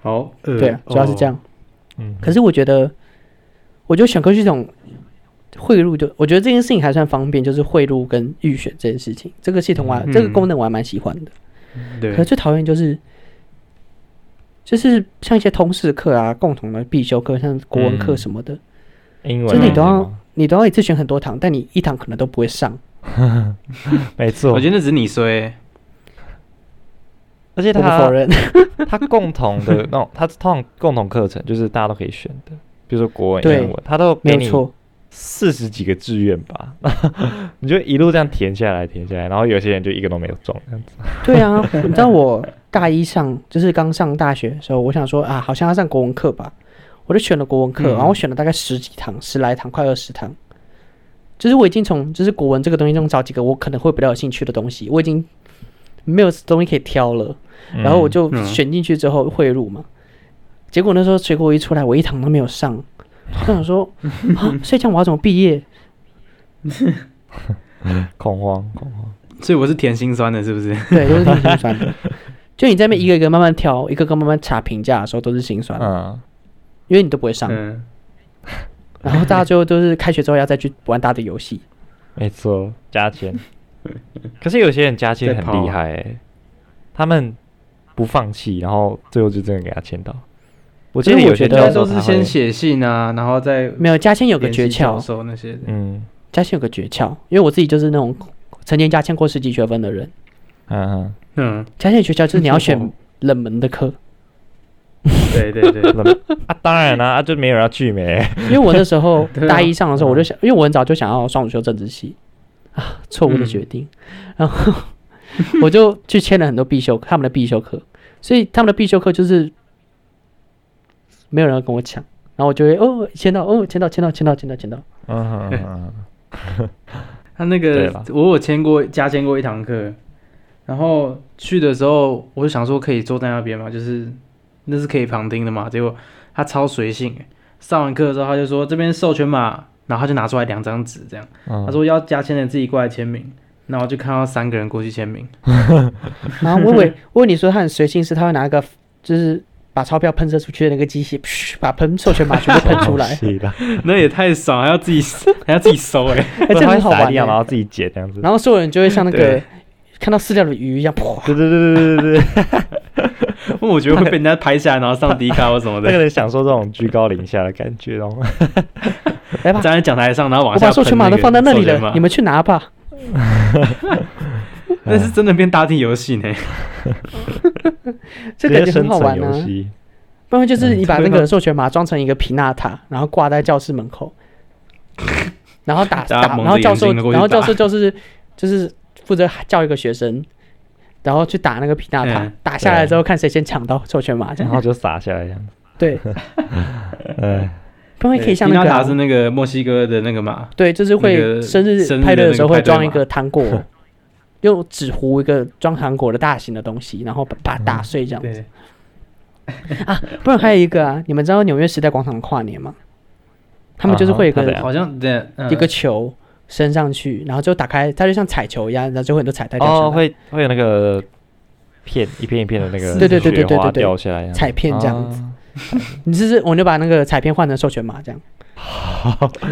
Speaker 3: 好，呃
Speaker 1: 对啊，主
Speaker 2: 哦
Speaker 1: 要是这。样。
Speaker 2: 嗯，
Speaker 1: 可是我觉得，我觉得选科系统汇入就，我觉得这件事情还算方便，就是汇入跟预选这件事情，这个系统我还、这个
Speaker 3: 嗯
Speaker 1: 功能我还蛮喜欢的。
Speaker 3: 哦对
Speaker 1: 可是，最讨厌就是，就是像一些通识课啊、共同的必修课，像国文课
Speaker 2: 嗯
Speaker 1: 什么的，
Speaker 2: 英文
Speaker 1: 就你
Speaker 2: 那
Speaker 1: 都
Speaker 2: 些
Speaker 1: 要
Speaker 2: 吗
Speaker 1: 你都要一次选很多堂，但你一堂可能都不会上。
Speaker 2: 没错。
Speaker 3: 我觉得那只是你衰，
Speaker 2: 而且
Speaker 1: 我不否
Speaker 2: 他
Speaker 1: 认，
Speaker 2: 他共同 的那种，他通常共同课程就是大家都可以选的，比如说国文、
Speaker 1: 对
Speaker 2: 英文，他都给
Speaker 1: 没
Speaker 2: 你
Speaker 1: 错，
Speaker 2: 四十几个志愿吧， 你就一路这样填下来，填下来，然后有些人就一个都没有中，这样子。
Speaker 1: 对啊，你知道我大一上就是刚上大学的时候，我想说啊，好像要上国文课吧，我就选了国文课，
Speaker 3: 嗯
Speaker 1: 然后我选了大概十几堂，十来堂，快二十堂。就是我已经从就是国文这个东西中找几个我可能会比较有兴趣的东西，我已经没有东西可以挑了，然后我就
Speaker 3: 嗯
Speaker 1: 选进去之后汇入嘛。结果那时候水果一出来，我一堂都没有上，我想 说啊，所以这样我要怎么毕业？
Speaker 2: 嗯恐慌，恐慌。
Speaker 3: 所以我是甜心酸的，是不是？
Speaker 1: 对，都是挺心酸的。就你在那边一个一个慢慢挑，一个个慢慢查评价的时候，都是心酸的。
Speaker 2: 嗯，
Speaker 1: 因为你都不会上，
Speaker 3: 嗯，
Speaker 1: 然后大家最后都是开学之后要再去玩大家的游 戏。
Speaker 2: 没错，加签。可是有些人加签
Speaker 3: 在
Speaker 2: 很
Speaker 3: 跑
Speaker 2: 厉害、欸，他们不放弃，然后最后就真的给他签到。我记
Speaker 1: 可啊
Speaker 2: 得
Speaker 1: 是我
Speaker 2: 有些
Speaker 1: 觉
Speaker 3: 应
Speaker 1: 得
Speaker 2: 教
Speaker 3: 该
Speaker 2: 授
Speaker 3: 都
Speaker 2: 他
Speaker 3: 是
Speaker 2: 会
Speaker 3: 先，写信啊，然后再
Speaker 1: 没有，嘉谦有个
Speaker 3: 联
Speaker 1: 诀
Speaker 3: 系教
Speaker 1: 窍，
Speaker 3: 授那些的。
Speaker 2: 嗯
Speaker 1: 嘉谦有个诀窍，因为我自己就是那种曾经加签过十几学分的人。
Speaker 2: 嗯嗯，
Speaker 3: 嗯，
Speaker 1: 嘉谦的诀窍就是你要
Speaker 3: 哦
Speaker 1: 选冷门的科，
Speaker 3: 对对对，
Speaker 2: 啊，当然 啦、啊，就没有人要去没、
Speaker 1: 因为我那时候
Speaker 3: 对啊
Speaker 1: 大一上的时候，我就想，因为我很早就想要双主修政治系啊，错误的决定，
Speaker 3: 嗯
Speaker 1: 然后 我就去签了很多必修他们的必修课，所以他们的必修课就是没有人要跟我抢，然后我就会哦签到哦签到签到签到签到签到，
Speaker 2: 嗯哼嗯哼
Speaker 3: 他那
Speaker 2: 对
Speaker 3: 个
Speaker 2: 啦
Speaker 3: 我有签过加签过一堂课，然后去的时候我就想说可以坐在那边嘛，就是那是可以旁听的嘛。结果他超随性，上完课之后他就说这边授权码，然后他就拿出来两张纸这样，
Speaker 2: 嗯
Speaker 3: 他说要加签的自己过来签名。那我就看到三个人过去签名，
Speaker 1: 然后我以为我问你说他很随性，是他会拿一个就是把钞票喷射出去的那个机器， 噗把喷授权码全部喷出 来，
Speaker 2: 是 的，
Speaker 3: 那也太爽，还要 自己还要自己收哎、
Speaker 1: 哎、
Speaker 2: 不
Speaker 1: 这
Speaker 2: 然他
Speaker 1: 很
Speaker 2: 会
Speaker 1: 好
Speaker 2: 撒
Speaker 1: 玩、
Speaker 2: 地上然
Speaker 1: 欸。
Speaker 2: 后自己捡这样子。
Speaker 1: 然后所有人就会像那个
Speaker 3: 对
Speaker 1: 看到饲料的鱼一样，噗，
Speaker 2: 对对对对对对，
Speaker 3: 我觉得会被人家拍下来，然后上迪卡或什么
Speaker 2: 那
Speaker 3: 的
Speaker 2: 个，人享受这种居高临下的感觉，然后
Speaker 1: 来吧，
Speaker 3: 站在讲台上，然后往
Speaker 1: 我把
Speaker 3: 下
Speaker 1: 授
Speaker 3: 喷
Speaker 1: 权码
Speaker 3: 那
Speaker 1: 都
Speaker 3: 个
Speaker 1: 放在那里
Speaker 3: 授权码
Speaker 1: 了，你们去拿吧。
Speaker 3: 那是真的变大地游戏呢。
Speaker 1: 这
Speaker 2: 直
Speaker 1: 感
Speaker 2: 接
Speaker 1: 觉
Speaker 2: 生
Speaker 1: 很好
Speaker 2: 存
Speaker 1: 玩
Speaker 2: 游
Speaker 1: 啊！
Speaker 2: 戏，
Speaker 1: 不然就是你把那
Speaker 3: 对
Speaker 1: 个授权码装成一个皮纳塔，然后挂在教室门 口，然后打
Speaker 3: 大家
Speaker 1: 打，
Speaker 3: 蒙着
Speaker 1: 然后教
Speaker 3: 眼
Speaker 1: 授，
Speaker 3: 睛过去
Speaker 1: 然后教
Speaker 3: 打
Speaker 1: 授就是就是负责叫一个学生，然后去打那个皮纳塔
Speaker 3: 嗯，
Speaker 1: 打下来之后看谁先抢到授权码，这
Speaker 2: 然
Speaker 1: 样
Speaker 2: 后就撒下来 这样子。
Speaker 1: 对，
Speaker 2: 哎，
Speaker 1: 不然可以像
Speaker 3: 皮
Speaker 1: 那
Speaker 3: 纳
Speaker 1: 个
Speaker 3: 塔是
Speaker 1: 啊
Speaker 3: 那个墨西哥的那个嘛，
Speaker 1: 对，就是
Speaker 3: 那
Speaker 1: 会
Speaker 3: 个
Speaker 1: 生日
Speaker 3: 生日
Speaker 1: 派对
Speaker 3: 的那
Speaker 1: 时候
Speaker 3: 个
Speaker 1: 会
Speaker 3: 派对
Speaker 1: 装一
Speaker 3: 嘛
Speaker 1: 个糖果， 用纸糊一个装糖果的大型的东西，然后把把它打碎这样子
Speaker 3: 对，
Speaker 1: 啊。不然还有一个啊，你们知道纽约时代广场跨年吗？他们就是
Speaker 2: 啊哈
Speaker 1: 会有一
Speaker 2: 它
Speaker 1: 个
Speaker 2: 怎样
Speaker 3: 好像对，嗯
Speaker 1: 一个球升上去，然后就打开，它就像彩球一样，然后就会很多彩带掉
Speaker 2: 哦，
Speaker 1: 下来，
Speaker 2: 会会有那个片一片一片的那个
Speaker 1: 对对对对
Speaker 2: 雪花
Speaker 1: 对对对
Speaker 2: 掉下来这啊哦样子，
Speaker 1: 彩片这样子。
Speaker 2: 子。
Speaker 1: 你就是我就把那个彩片换成授权码 这样。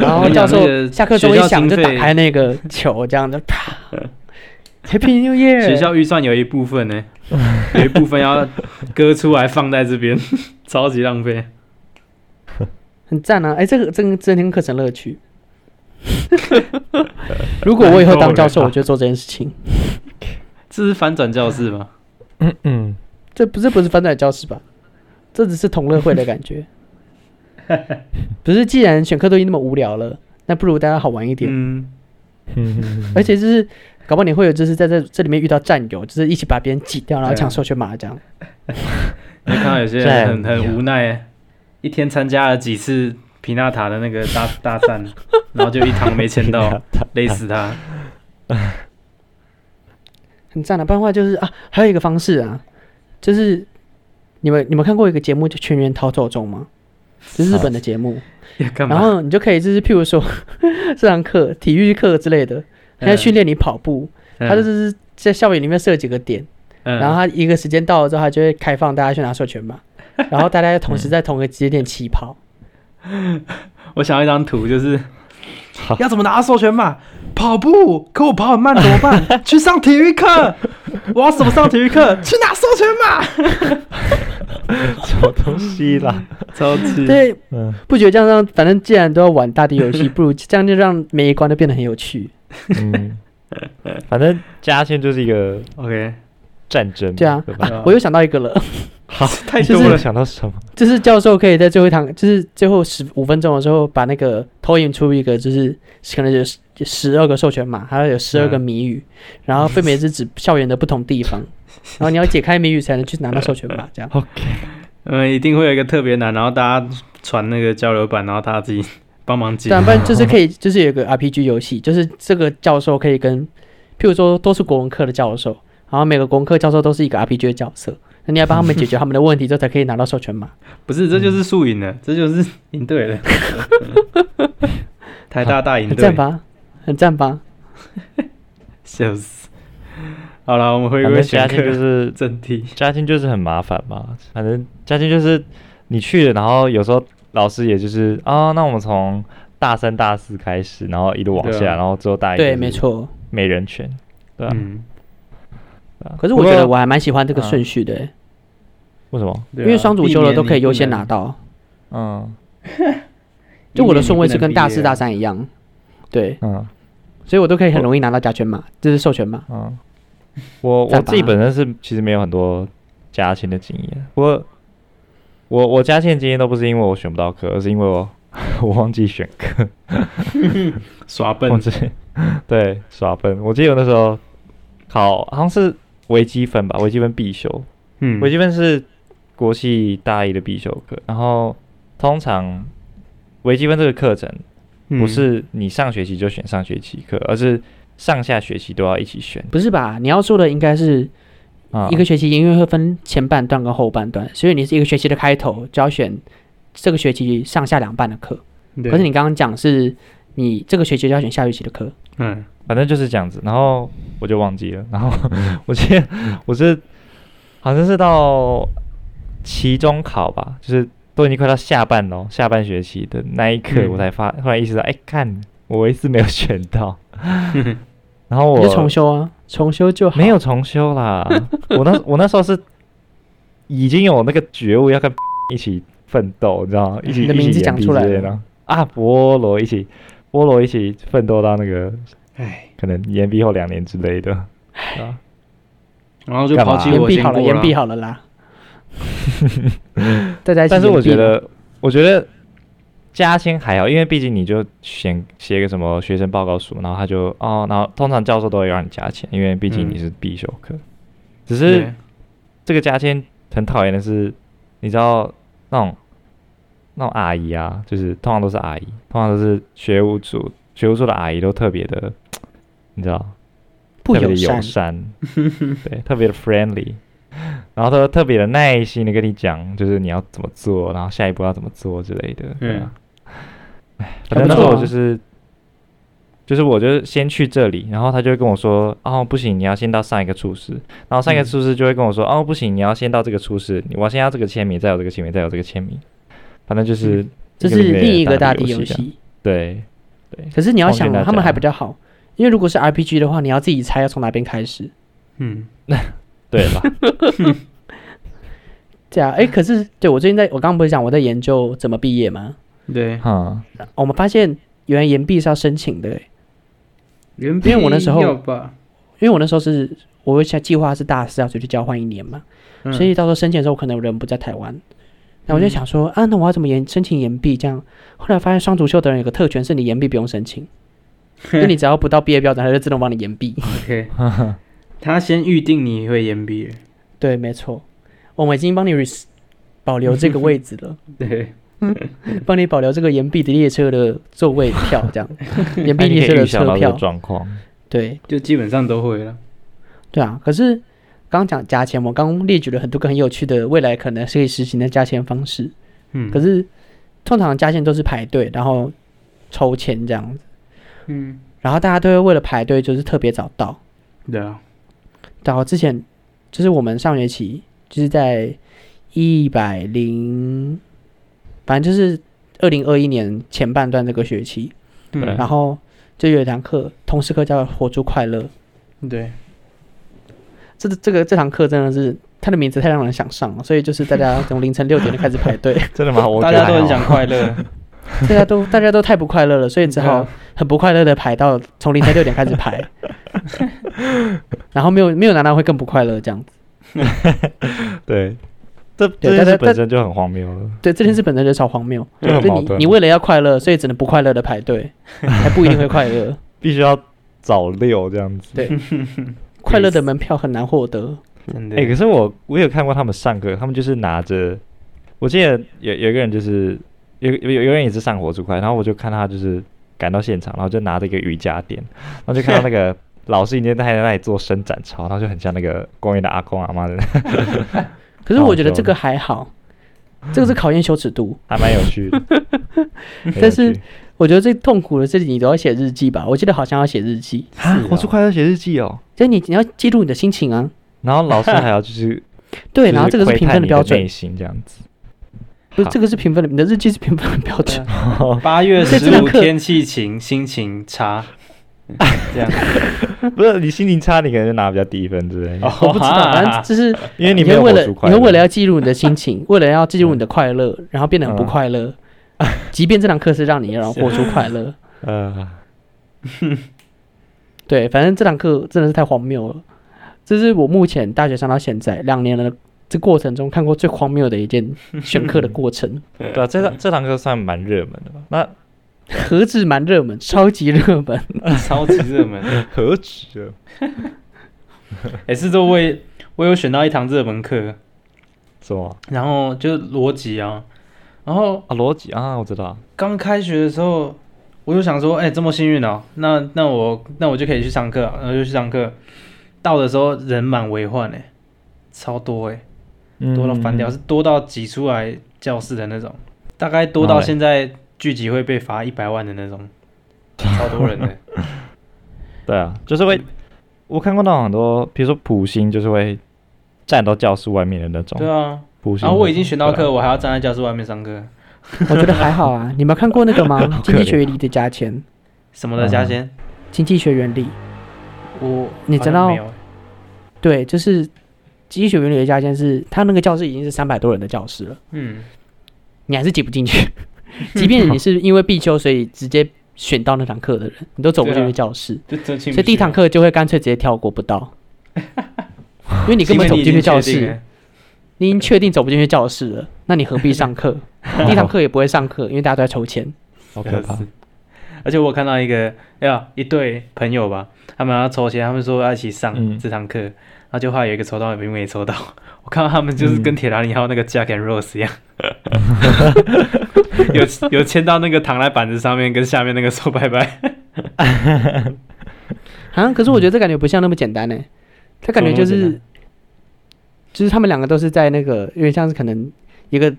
Speaker 1: 然后
Speaker 3: 我跟你
Speaker 1: 教
Speaker 3: 讲那
Speaker 1: 授
Speaker 3: 个
Speaker 1: 下课钟
Speaker 3: 学
Speaker 1: 一
Speaker 3: 校
Speaker 1: 响
Speaker 3: 经
Speaker 1: 就打
Speaker 3: 费
Speaker 1: 开那个球，这样子 啪，Happy New Year！
Speaker 3: 学校预算有一部分 呢，有一 部分要割出来放在这边，超级浪费。
Speaker 1: 很赞啊！哎，这个这个增添课程乐 趣。如果我以后当教授，我就做这件事情。
Speaker 3: 这是翻转教室吗？
Speaker 2: 嗯嗯，
Speaker 1: 这不是不是翻转教室吧？这只是同乐会的感 觉。不是，既然选课都已经那么无聊了，那不如大家好玩一点。
Speaker 3: 嗯，
Speaker 2: 嗯
Speaker 1: 而且就是，搞不好你会有就是在这这里面遇到战友，就是一起把别人挤掉，然后
Speaker 3: 对啊
Speaker 1: 抢授权码这样。
Speaker 3: 你看到有些
Speaker 2: 在
Speaker 3: 人很很无奈，一天参加了几次皮纳塔的那个大 大战，然后就一堂没签 到，累死他。
Speaker 1: 很赞的、不然的话就是啊，还有一个方式啊，就是你们你们看过一个节目叫《全员逃走中》吗？就是日本的节目，
Speaker 3: 要干
Speaker 1: 然
Speaker 3: 嘛？
Speaker 1: 后你就可以就是譬如说 这堂课体育课之类的，他在训练你跑步，
Speaker 3: 嗯
Speaker 1: 他就是在校园里面设几个点，
Speaker 3: 嗯
Speaker 1: 然后他一个时间到了之后，他就会开放大家去拿授 权码，然后大家同时在同一个节点起跑，
Speaker 3: 我想要一张图，就是
Speaker 2: 好
Speaker 3: 要怎么拿到授权码？跑步，可我跑很慢怎么办？去上体育 课，我要怎么上体育课？去拿授权码，
Speaker 2: 什么东西啦？
Speaker 3: 超级
Speaker 1: 对，
Speaker 2: 嗯
Speaker 1: 不觉得这样让反正既然都要玩大地游 戏，不如这样就让每一关都变得很有趣。
Speaker 2: 嗯，反正加签就是一个
Speaker 3: OK，
Speaker 2: 战争，
Speaker 1: 对啊
Speaker 2: 吧？
Speaker 3: 哦
Speaker 1: 我又想到一个了。
Speaker 2: 好，
Speaker 3: 太
Speaker 2: 就
Speaker 3: 多
Speaker 2: 是
Speaker 3: 了
Speaker 2: 我。想到什么？
Speaker 1: 就是教授可以在最后一堂，就是最后十五分钟的时候，把那个投影出一个，就是可能有十二个授权码，还要有十二个谜语，然后分别是指校园的不同地方，然后你要解开谜语才能去拿到授权码，这样
Speaker 3: 嗯，一定会有一个特别难，然后大家传那个交流版，然后大家自己帮忙解
Speaker 1: 对。啊。不然就是可以，就是有个 RPG 游戏，就是这个教授可以跟，譬如说都是国文课的教授，然后每个国文课教授都是一个 RPG 的角色，那你要帮他们解决他们的问题之后，才可以拿到授权码。
Speaker 3: 不是，这就是输
Speaker 1: 嗯
Speaker 3: 赢了，这就是赢对 了。台大大赢
Speaker 1: 很
Speaker 3: 对
Speaker 1: 赞，吧？很赞吧？
Speaker 3: 笑死。好了，我们回
Speaker 2: 反
Speaker 3: 归
Speaker 2: 正加
Speaker 3: 选
Speaker 2: 签就
Speaker 3: 课
Speaker 2: 是
Speaker 3: 正题。
Speaker 2: 家境就是很麻烦嘛，反正家境就是你去了，然后有时候老师也就是啊、那我们从大三、大四开始，然后一路往下，
Speaker 3: 对啊
Speaker 2: 然后之后大一
Speaker 1: 对，没，错。
Speaker 2: 美人权，对啊。
Speaker 3: 嗯，
Speaker 2: 对啊
Speaker 1: 可是我觉得
Speaker 2: 不过
Speaker 1: 我还蛮喜欢这个
Speaker 2: 嗯
Speaker 1: 顺序的欸、
Speaker 2: 为什么？
Speaker 3: 对啊
Speaker 1: 因为双主修了都可以优先，拿
Speaker 3: 避
Speaker 1: 到。
Speaker 2: 嗯
Speaker 3: 免
Speaker 1: 就我的顺位是跟大
Speaker 3: 避免
Speaker 1: 四
Speaker 3: 你不
Speaker 1: 大
Speaker 3: 能
Speaker 1: 三一样，对，
Speaker 2: 嗯
Speaker 1: 所以我都可以很容易拿到加权码，这是授权码。
Speaker 2: 嗯，我
Speaker 1: 再
Speaker 2: 我
Speaker 1: 拔
Speaker 2: 自己本身是其实没有很多加签的经验，不过我我加签的经验都不是因为我选不到课，而是因为我 我忘记选课。
Speaker 3: 免耍
Speaker 2: 我
Speaker 3: 笨。
Speaker 2: 之前对耍笨。我记得我那时候考好像是微积分吧，微积分必修，
Speaker 3: 嗯
Speaker 2: 微积分是国系大一的必修课。然后通常微积分这个课程
Speaker 3: 嗯
Speaker 2: 不是你上学期就选上学期课，而是上下学期都要一起选
Speaker 1: 不是吧？你要说的应该是
Speaker 2: 啊。
Speaker 1: 一个学期，因为会分前半段跟后半段，所以你是一个学期的开头就要选这个学期上下两半的课。
Speaker 3: 嗯，
Speaker 1: 可是你刚刚讲是你这个学期就要选下学期的课，
Speaker 3: 嗯
Speaker 2: 反正就是这样子，然后我就忘记了，然后
Speaker 1: 嗯
Speaker 2: 我记得我是好像是到期中考吧，就是都已经快到下半喽，下半学期的那一刻，
Speaker 3: 嗯
Speaker 2: 我才发，突然意识到，哎、看我唯一次没有选 到，然后
Speaker 1: 你就
Speaker 2: 我
Speaker 1: 重修啊，重修就好。
Speaker 2: 没有重 修啦，我那我那时候是已经有那个觉悟要跟 一起奋斗，你知道吗？一起
Speaker 1: 哎你的
Speaker 2: 一起
Speaker 1: 名字
Speaker 2: 演
Speaker 1: 讲
Speaker 2: 毕
Speaker 1: 出来
Speaker 2: 之类的
Speaker 1: 了
Speaker 2: 啊，菠萝一起菠萝一起奋斗到那个
Speaker 3: 哎，
Speaker 2: 可能延毕后两年之类的。
Speaker 3: 然后就
Speaker 2: 干嘛
Speaker 3: 抛弃
Speaker 2: 比
Speaker 1: 延
Speaker 3: 我
Speaker 1: 毕
Speaker 3: 经
Speaker 1: 好
Speaker 3: 过
Speaker 1: 了，
Speaker 2: 啊
Speaker 1: 延毕好了 啦。大家一起
Speaker 2: 但是我
Speaker 1: 延毕
Speaker 2: 觉得，我觉得加签还好，因为毕竟你就写写个什么学生报告书，然后他就哦，然后通常教授都会让你加签，因为毕竟你
Speaker 3: 嗯
Speaker 2: 是必修课。只是这个加签很讨厌的是，你知道那种那种阿姨啊，就是通常都是阿姨，通常都是学务组学务处的阿姨都特别的，你知道，
Speaker 1: 不
Speaker 2: 特别
Speaker 1: 友
Speaker 2: 的
Speaker 1: 善
Speaker 2: 友，善，对，特别的 friendly，然后他特别的耐心的跟你讲，就是你要怎么做，然后下一步要怎么做之类的。
Speaker 1: 嗯
Speaker 2: 对
Speaker 3: 嗯
Speaker 2: 啊，哎、反正那时候我就是，就是我就是先去这里，然后他就会跟我说，哦不行，你要先到上一个厨师，然后上一个
Speaker 3: 嗯
Speaker 2: 厨师就会跟我说，哦不行，你要先到这个厨师，我先要这个签名，再有这个签名，再有这个签名，反正就是
Speaker 1: 嗯这
Speaker 2: 个
Speaker 1: 是
Speaker 2: 类的啊
Speaker 1: 另一个大
Speaker 2: 地
Speaker 1: 地游
Speaker 2: 这样，
Speaker 1: 戏。
Speaker 2: 对，
Speaker 1: 可是你要想
Speaker 2: 奉劝大
Speaker 1: 啊，
Speaker 2: 家
Speaker 1: 他们还比较好，因为如果是 RPG 的话，你要自己猜要从哪边开始。
Speaker 3: 嗯，
Speaker 2: 对 啦，
Speaker 1: 对啊，哎，可是对我最近在我刚刚不是讲我在研究怎么毕业吗？哦
Speaker 3: 对，
Speaker 2: 哈，
Speaker 1: 我们发现原来岩壁是要申请的欸，
Speaker 3: 因
Speaker 1: 因为我那时候
Speaker 3: 吧，
Speaker 1: 因为我那时候是我想计划是大四要出去交换一年嘛，
Speaker 3: 嗯
Speaker 1: 所以到时候申请的时候，我可能人不在台湾。那我就想说，啊，那我要怎么延申请延毕？这样，后来发现双足秀的人有个特权，是你延毕不用申请，就你只要不到毕业标准，他就自动帮你延毕。
Speaker 3: OK，他先预定你会延毕了，
Speaker 1: 对，没错，我们已经帮你 res- 保留这个位置了，
Speaker 3: 对，
Speaker 1: 帮你保留这个延毕的列车的座位票， 这样，延
Speaker 2: 那
Speaker 1: 毕
Speaker 2: 哎你
Speaker 1: 列
Speaker 2: 可
Speaker 1: 车
Speaker 2: 以
Speaker 1: 的
Speaker 2: 预想
Speaker 1: 车
Speaker 2: 到这
Speaker 1: 票
Speaker 2: 个。状况，
Speaker 1: 对，
Speaker 3: 就基本上都会了。
Speaker 1: 对啊。可是刚刚讲加钱，我刚刚列举了很多个很有趣的未来可能是可以实行的加钱方式。
Speaker 3: 嗯，
Speaker 1: 可是通常加钱都是排队，然后抽签这样子，
Speaker 3: 嗯，
Speaker 1: 然后大家都会为了排队就是特别早到。
Speaker 3: 对啊，
Speaker 1: 然后之前就是我们上学期就是在一百零，反正就是二零二一年前半段这个学期，
Speaker 2: 对
Speaker 1: 然后就有一堂课，通识课叫“活出快乐
Speaker 3: 嗯对，”。
Speaker 1: 这这个这堂课真的是它的名字太让人想上了，所以就是大家从凌晨六点就开始排 队，
Speaker 2: 真的吗？我
Speaker 3: 大
Speaker 2: 觉得
Speaker 3: 家都
Speaker 2: 还好
Speaker 3: 很想快乐，
Speaker 1: 大家都大家都太不快乐了，所以只
Speaker 2: 啊
Speaker 1: 好很不快乐的排到从凌晨六点开始 排，然后没有没有拿到会更不快乐这样子。
Speaker 2: 对，这
Speaker 1: 对
Speaker 2: 这件
Speaker 1: 但
Speaker 2: 事
Speaker 1: 是
Speaker 2: 本
Speaker 1: 但
Speaker 2: 身就很荒谬了，
Speaker 1: 对这件事本身就超荒谬，
Speaker 2: 就嗯很
Speaker 1: 就
Speaker 2: 矛
Speaker 1: 你
Speaker 2: 盾
Speaker 1: 你。为了要快乐，所以只能不快乐的排 队，还不一定会快乐。
Speaker 2: 必须要早六这样子。
Speaker 1: 对快乐的门票很难获得，
Speaker 3: 真的
Speaker 2: 哎、，可是我我有看过他们上课，他们就是拿着，我记得有有一个人就是有有有个人也是上火烛快，然后我就看他就是赶到现场，然后就拿着一个瑜伽垫，然后就看到 那个老师已经在那里做伸展操，然后就很像那个公园的阿公阿妈的，
Speaker 1: 可是我觉得这个还好，这个是考验羞耻度。
Speaker 2: 还蛮有 趣的。很有
Speaker 1: 但是
Speaker 2: 趣啊
Speaker 1: 我觉得最痛苦的是你都要写日记吧？我记得好像要写日记，
Speaker 2: 啊
Speaker 3: 是，
Speaker 2: 火烛
Speaker 3: 哦
Speaker 2: 快乐写日记哦，
Speaker 1: 就是你你要记录你的心情啊。
Speaker 2: 然后老师还要就是
Speaker 1: 对，
Speaker 2: 就
Speaker 1: 然后这个是
Speaker 2: 窥
Speaker 1: 评
Speaker 2: 探
Speaker 1: 分的
Speaker 2: 你
Speaker 1: 标准
Speaker 2: 内，心这样子。
Speaker 1: 不是
Speaker 2: 好
Speaker 1: 这个是评分的，你的日记是评分的标 准。
Speaker 3: 八月
Speaker 1: 所以
Speaker 3: 十
Speaker 1: 这堂
Speaker 3: 五
Speaker 1: 课
Speaker 3: 天气晴，心情 差，这样，
Speaker 2: 不是你心情差，你可能就拿比较低分之类的，
Speaker 1: 我不知道，反正就是
Speaker 2: 因 为你
Speaker 1: 你会
Speaker 2: 没有
Speaker 1: 为
Speaker 2: 火
Speaker 1: 了
Speaker 2: 烛快
Speaker 1: 你
Speaker 2: 乐。
Speaker 1: 会为了要记录你的心 情，为了要记录你的快乐，然后变得很不
Speaker 2: 嗯
Speaker 1: 快乐。即便这堂课是让你让活出快 乐，
Speaker 2: 呃，
Speaker 1: 对，反正这堂课真的是太荒谬了。这是我目前大学上到现在两年的这过程中看过最荒谬的一件选课的过程，
Speaker 2: 对啊，这堂这堂课算蛮热门的吧？那
Speaker 1: 何止蛮热门，超级热门。
Speaker 3: 超级热门。
Speaker 2: 何止啊热？
Speaker 3: 也是都我也我有选到一堂热门课，
Speaker 2: 什么
Speaker 3: 然后就逻辑啊，然后
Speaker 2: 啊？逻辑啊，我知道。
Speaker 3: 刚开学的时候，我就想说，哎、这么幸运哦，那那我那我就可以去上课，啊然后就去上课。到的时候人满为患哎、超多哎、
Speaker 1: 嗯
Speaker 3: 多到翻掉，
Speaker 2: 嗯
Speaker 3: 是多到挤出来教室的那种，大概多
Speaker 2: 然后
Speaker 3: 到
Speaker 2: 嘞
Speaker 3: 现在聚集会被罚一百万的那种，超多 人的、欸
Speaker 2: 对啊，就是会，我看过那种很多，比如说普星，就是会站到教室外面的那种。
Speaker 3: 对啊，
Speaker 2: 普星
Speaker 3: 然后我已经选到
Speaker 2: 对
Speaker 3: 课，
Speaker 2: 啊
Speaker 3: 我还要站在教室外面上课，
Speaker 1: 我觉得还好 啊。你们有看过那个吗？经济学原理的加钱，
Speaker 3: 什么的
Speaker 1: 啊
Speaker 2: 嗯
Speaker 3: 加先，
Speaker 1: 经济学原理，
Speaker 3: 我
Speaker 1: 你
Speaker 3: 好
Speaker 1: 知
Speaker 3: 像
Speaker 1: 道
Speaker 3: 没有欸
Speaker 1: 对，就是经济学原理的加钱是，它那个教室已经是三百多人的教室了，
Speaker 3: 嗯，
Speaker 1: 你还是挤不进 去。即便你是因为必修，所以直接选到那堂课的人，你都走不进
Speaker 3: 对
Speaker 1: 去
Speaker 3: 啊
Speaker 1: 教室，
Speaker 3: 这这进
Speaker 1: 所
Speaker 3: 不
Speaker 1: 以第一
Speaker 3: 去
Speaker 1: 堂
Speaker 3: 了
Speaker 1: 课就会干脆直接跳过不 到，因为你
Speaker 3: 你
Speaker 1: 根本走不进去教
Speaker 3: 已经确
Speaker 1: 室
Speaker 3: 定。了
Speaker 1: 你已经确定走不进去教室了，那你何必上 课？第一堂课也不会上课，因为大家都在抽签。
Speaker 2: 好可怕。
Speaker 3: 而且我看到一个，哎呀，一对朋友吧，他们要抽签，他们说要一起
Speaker 2: 嗯
Speaker 3: 上这堂课，然后就后来有一个抽到，有一个没抽到。 我看到他们就是跟铁达尼号
Speaker 1: 嗯
Speaker 3: 那个 Jack and Rose 一 样，有有签到那个躺在板子上面，跟下面那个说拜拜。
Speaker 1: 啊，可是我觉得这感觉不像那么简单呢、他感觉就
Speaker 3: 怎么那么
Speaker 1: 是
Speaker 3: 简，
Speaker 1: 就是他们两个都是在那个有点像是可能一个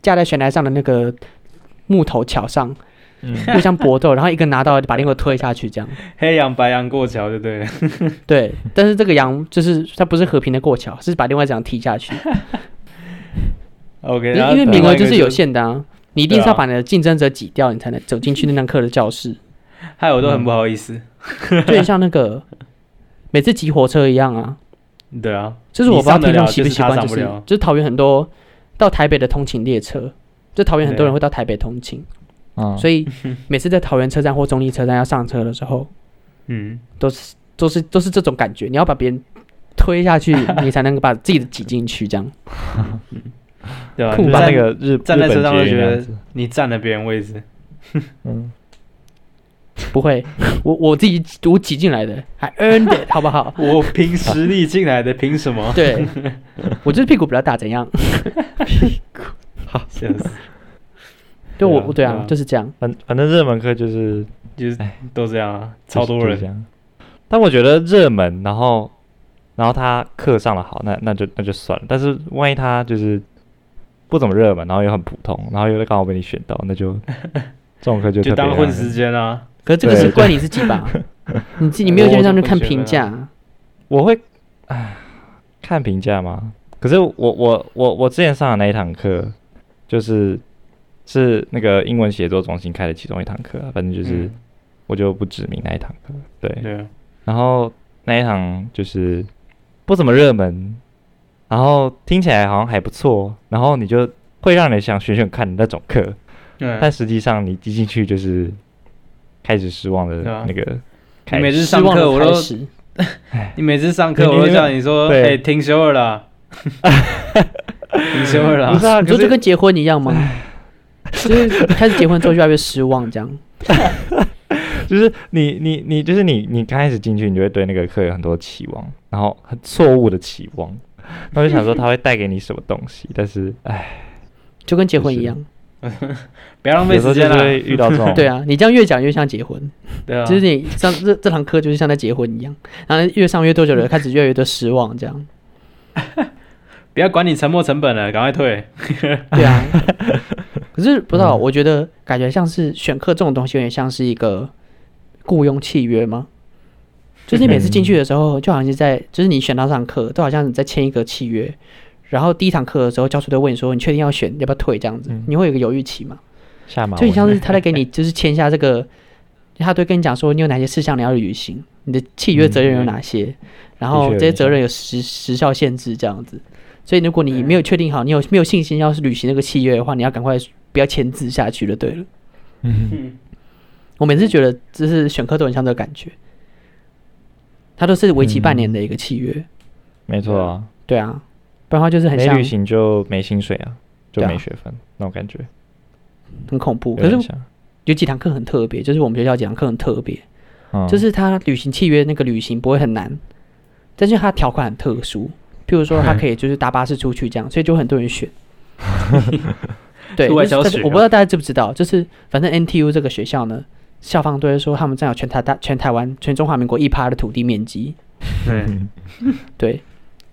Speaker 1: 架在悬崖上的那个木头桥上，
Speaker 2: 嗯
Speaker 1: 互相搏斗，然后一个拿到把另一个推下去这样。
Speaker 3: 黑羊白羊过桥，对不对？
Speaker 1: 对， 但是这个羊就是它不是和平的过桥，是把另外一只羊踢 下去，
Speaker 3: OK，
Speaker 1: 因
Speaker 3: 然后
Speaker 1: 为因为名
Speaker 3: 另外
Speaker 1: 额
Speaker 3: 一个
Speaker 1: 就是有，限的啊。你一定是
Speaker 3: 对
Speaker 1: 要
Speaker 3: 啊
Speaker 1: 把你的竞争者挤掉，你才能走进去那堂课的教 室，
Speaker 3: 害我都很不好意思。
Speaker 1: 就很像那个每次挤火车一样啊。
Speaker 3: 对啊，
Speaker 1: 就是我不知道
Speaker 3: 你上得
Speaker 1: 听众
Speaker 3: 了
Speaker 1: 习
Speaker 3: 就
Speaker 1: 不
Speaker 3: 是
Speaker 1: 习
Speaker 3: 他
Speaker 1: 惯，
Speaker 3: 上
Speaker 1: 就
Speaker 3: 不
Speaker 1: 是
Speaker 3: 了
Speaker 1: 就是桃园很多到台北的通勤列车，就桃园很多人会到台北通勤，
Speaker 2: 嗯，
Speaker 1: 所 以每次在桃园车站或中立车站要上车的时候，
Speaker 3: 嗯，
Speaker 1: 都是都是都是这种感觉，你要把别人推下去，你才能够把自己的挤进去，这样。
Speaker 3: 对吧？
Speaker 2: 酷
Speaker 3: 你
Speaker 2: 吧
Speaker 3: 站
Speaker 2: 那个日
Speaker 3: 站在车上就
Speaker 2: 日本
Speaker 3: 觉，
Speaker 2: 捷运那样
Speaker 3: 得
Speaker 2: 子
Speaker 3: 你占了别人位置，
Speaker 2: 嗯，
Speaker 1: 不会，我我自己我挤进来的，还 earned it，好不 好？
Speaker 3: 我凭实力进来的，凭什么？
Speaker 1: 对，我就是屁股比较大，怎样？
Speaker 3: 笑死，
Speaker 1: 对我
Speaker 3: 对啊
Speaker 1: 对
Speaker 3: 对
Speaker 1: 啊
Speaker 3: 啊，
Speaker 1: 就是这样。
Speaker 2: 反反正热门课就是
Speaker 3: 就是
Speaker 2: 哎
Speaker 3: 都这样啊，超多
Speaker 2: 就是
Speaker 3: 人
Speaker 2: 这，样。但我觉得热门，然后然后他课上的好，那那就那就算了。但是万一他就是不怎么热门，然后又很普通，然后又刚好被你选到，那就 这种课就
Speaker 3: 就
Speaker 2: 特别
Speaker 3: 当
Speaker 2: 让
Speaker 3: 混
Speaker 2: 人
Speaker 3: 时间啊。
Speaker 1: 可是这个
Speaker 2: 对
Speaker 1: 是
Speaker 2: 对
Speaker 1: 怪你自己 吧？你自己没有先上去
Speaker 3: 啊
Speaker 1: 看评价，
Speaker 2: 我会唉看评价吗？可是我我我我之前上的那一堂课，就是是那个英文写作中心开的其中一堂课啊，反正就是、
Speaker 3: 嗯
Speaker 2: 我就不指明那一堂课。对，
Speaker 3: 对啊，
Speaker 2: 然后那一堂就是不怎么热门，然后听起来好像还不错，然后你就会让人想选选看的那种课，但
Speaker 3: 嗯，
Speaker 2: 实际上你一进去就是开始失望的
Speaker 3: 对啊
Speaker 2: 那个
Speaker 3: 你
Speaker 2: 开
Speaker 3: 每
Speaker 2: 始。
Speaker 3: 次
Speaker 1: 失
Speaker 3: 上
Speaker 1: 望
Speaker 3: 课
Speaker 1: 的
Speaker 3: 我
Speaker 1: 开
Speaker 3: 都，
Speaker 1: 始。
Speaker 3: 你每次上课
Speaker 2: 你
Speaker 3: 我都
Speaker 2: 你
Speaker 3: 叫你说，
Speaker 2: 对
Speaker 3: 哎，停休了 啦，停休了
Speaker 2: 不
Speaker 3: 啦
Speaker 2: 是， 啊，
Speaker 1: 你
Speaker 2: 可
Speaker 1: 说
Speaker 2: 是
Speaker 1: 这跟结婚一样吗？就是开始结婚之后越来越失望，这 样。
Speaker 2: 就是你你你就是你你刚开始进去，你就会对那个课有很多期望，然后很错误的期 望，然后就想说它会带给你什么东西，但是哎，
Speaker 1: 就跟结婚一样，
Speaker 3: 不要浪费
Speaker 2: 有时候
Speaker 3: 时
Speaker 2: 就
Speaker 3: 间
Speaker 2: 是哦
Speaker 3: 啦。
Speaker 2: 会遇到 这种
Speaker 1: 对啊，你这样越讲越像结婚，
Speaker 3: 对啊，
Speaker 1: 就是你上这这堂课就是像在结婚一样，然后越上越多久了，开始越来越多失望，这 样，
Speaker 3: 不要管你沉没成本了，赶快退。
Speaker 1: 对啊。可是不知
Speaker 2: 嗯
Speaker 1: 道，我觉得感觉像是选课这种东西，有点像是一个雇佣契约吗？就是你每次进去的时候，就好像是在，就是你选到这堂课，都好像你在签一个契约。然后第一堂课的时候，教授都问你说：“你确定要选，要不要退？”这样子
Speaker 2: 嗯，
Speaker 1: 你会有一个犹豫期嘛？
Speaker 2: 下马
Speaker 1: 就
Speaker 2: 威
Speaker 1: 你像是他在给你就是签下这个，他都会跟你讲说你有哪些事项你要履行，你的契约责任有哪些，然后
Speaker 2: 嗯的确有
Speaker 1: 这些责任有时时效限制这样子。所以如果你没有确定好，你有没有信心要是履行那个契约的话，你要赶快不要签字下去就对了。
Speaker 2: 嗯
Speaker 3: 嗯，
Speaker 1: 我每次觉得这是选课都很像这个感觉，它都是为期
Speaker 2: 嗯
Speaker 1: 半年的一个契约，
Speaker 2: 没错啊，
Speaker 1: 对啊，不然的话就是很
Speaker 2: 没
Speaker 1: 像
Speaker 2: 旅行就没薪水啊，就
Speaker 1: 对啊
Speaker 2: 没学分、那种感觉。
Speaker 1: 很恐怖。
Speaker 2: 有
Speaker 1: 可是
Speaker 2: 点像
Speaker 1: 有几堂课很特别，就是我们学校几堂课很特别，
Speaker 2: 嗯
Speaker 1: 就是他履行契约那个履行不会很难，但是他条款很特殊，譬如说他可以就是搭巴士出去这样，所以就很多人 选。对，
Speaker 3: 户
Speaker 1: 就
Speaker 3: 外
Speaker 1: 是
Speaker 3: 教
Speaker 1: 但是
Speaker 2: 啊
Speaker 3: 学
Speaker 1: 我不知道大家知不知道，就是反正 NTU 这个学校呢，校方都会说他们占有全台大、全台湾、全中华民国一趴的土地面积，
Speaker 3: 对，
Speaker 1: 对。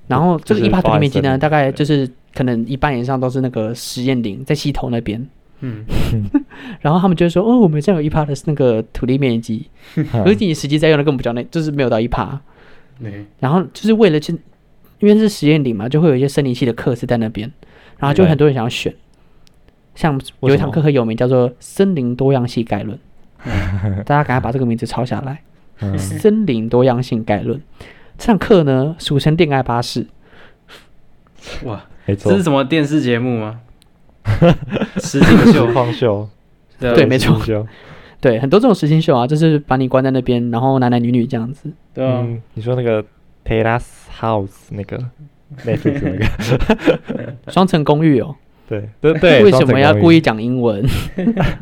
Speaker 1: 然后这个
Speaker 2: 就是
Speaker 1: 一趴土
Speaker 2: 包
Speaker 1: 地
Speaker 2: 含
Speaker 1: 面积
Speaker 2: 森
Speaker 1: 呢，
Speaker 2: 林
Speaker 1: 大概
Speaker 2: 对
Speaker 1: 就是可能一半以上都是那个实验林，在西头那边。
Speaker 3: 嗯，
Speaker 1: 然后他们就会说，哦，我们占有一趴的那个土地面积，
Speaker 2: 嗯
Speaker 1: 可是你实际在用的根本不叫那，就是没有到一趴。
Speaker 3: 对，
Speaker 1: 然后就是为了去，因为是实验林嘛，就会有一些生理系的课是在那边，然后就
Speaker 2: 对
Speaker 1: 会很多人想要选。像有
Speaker 2: 为
Speaker 1: 一
Speaker 2: 什
Speaker 1: 堂
Speaker 2: 么
Speaker 1: 课很有名，叫做《森林多样性 概论》，大家赶快把这个名字抄下来，
Speaker 2: 嗯
Speaker 1: 森林多样性概论》这堂课呢，俗称“恋爱巴士
Speaker 3: 哇，
Speaker 2: 没
Speaker 3: 这
Speaker 2: 错
Speaker 3: 是，什么电视节 目吗？实境秀
Speaker 2: 实，况秀，
Speaker 1: 对
Speaker 3: 对啊
Speaker 1: 没错
Speaker 2: 实境秀，”。
Speaker 1: 对，很多这种实境秀啊，就是把你关在那边，然后男男女女这样子。
Speaker 3: 对啊，
Speaker 2: 嗯，你说那个 Terrace House 那 个 Netflix 那个，
Speaker 1: 双层公寓哦，
Speaker 2: 对对对，
Speaker 1: 为
Speaker 2: 双
Speaker 1: 什
Speaker 2: 层
Speaker 1: 么要
Speaker 2: 公寓
Speaker 1: 故意讲英文？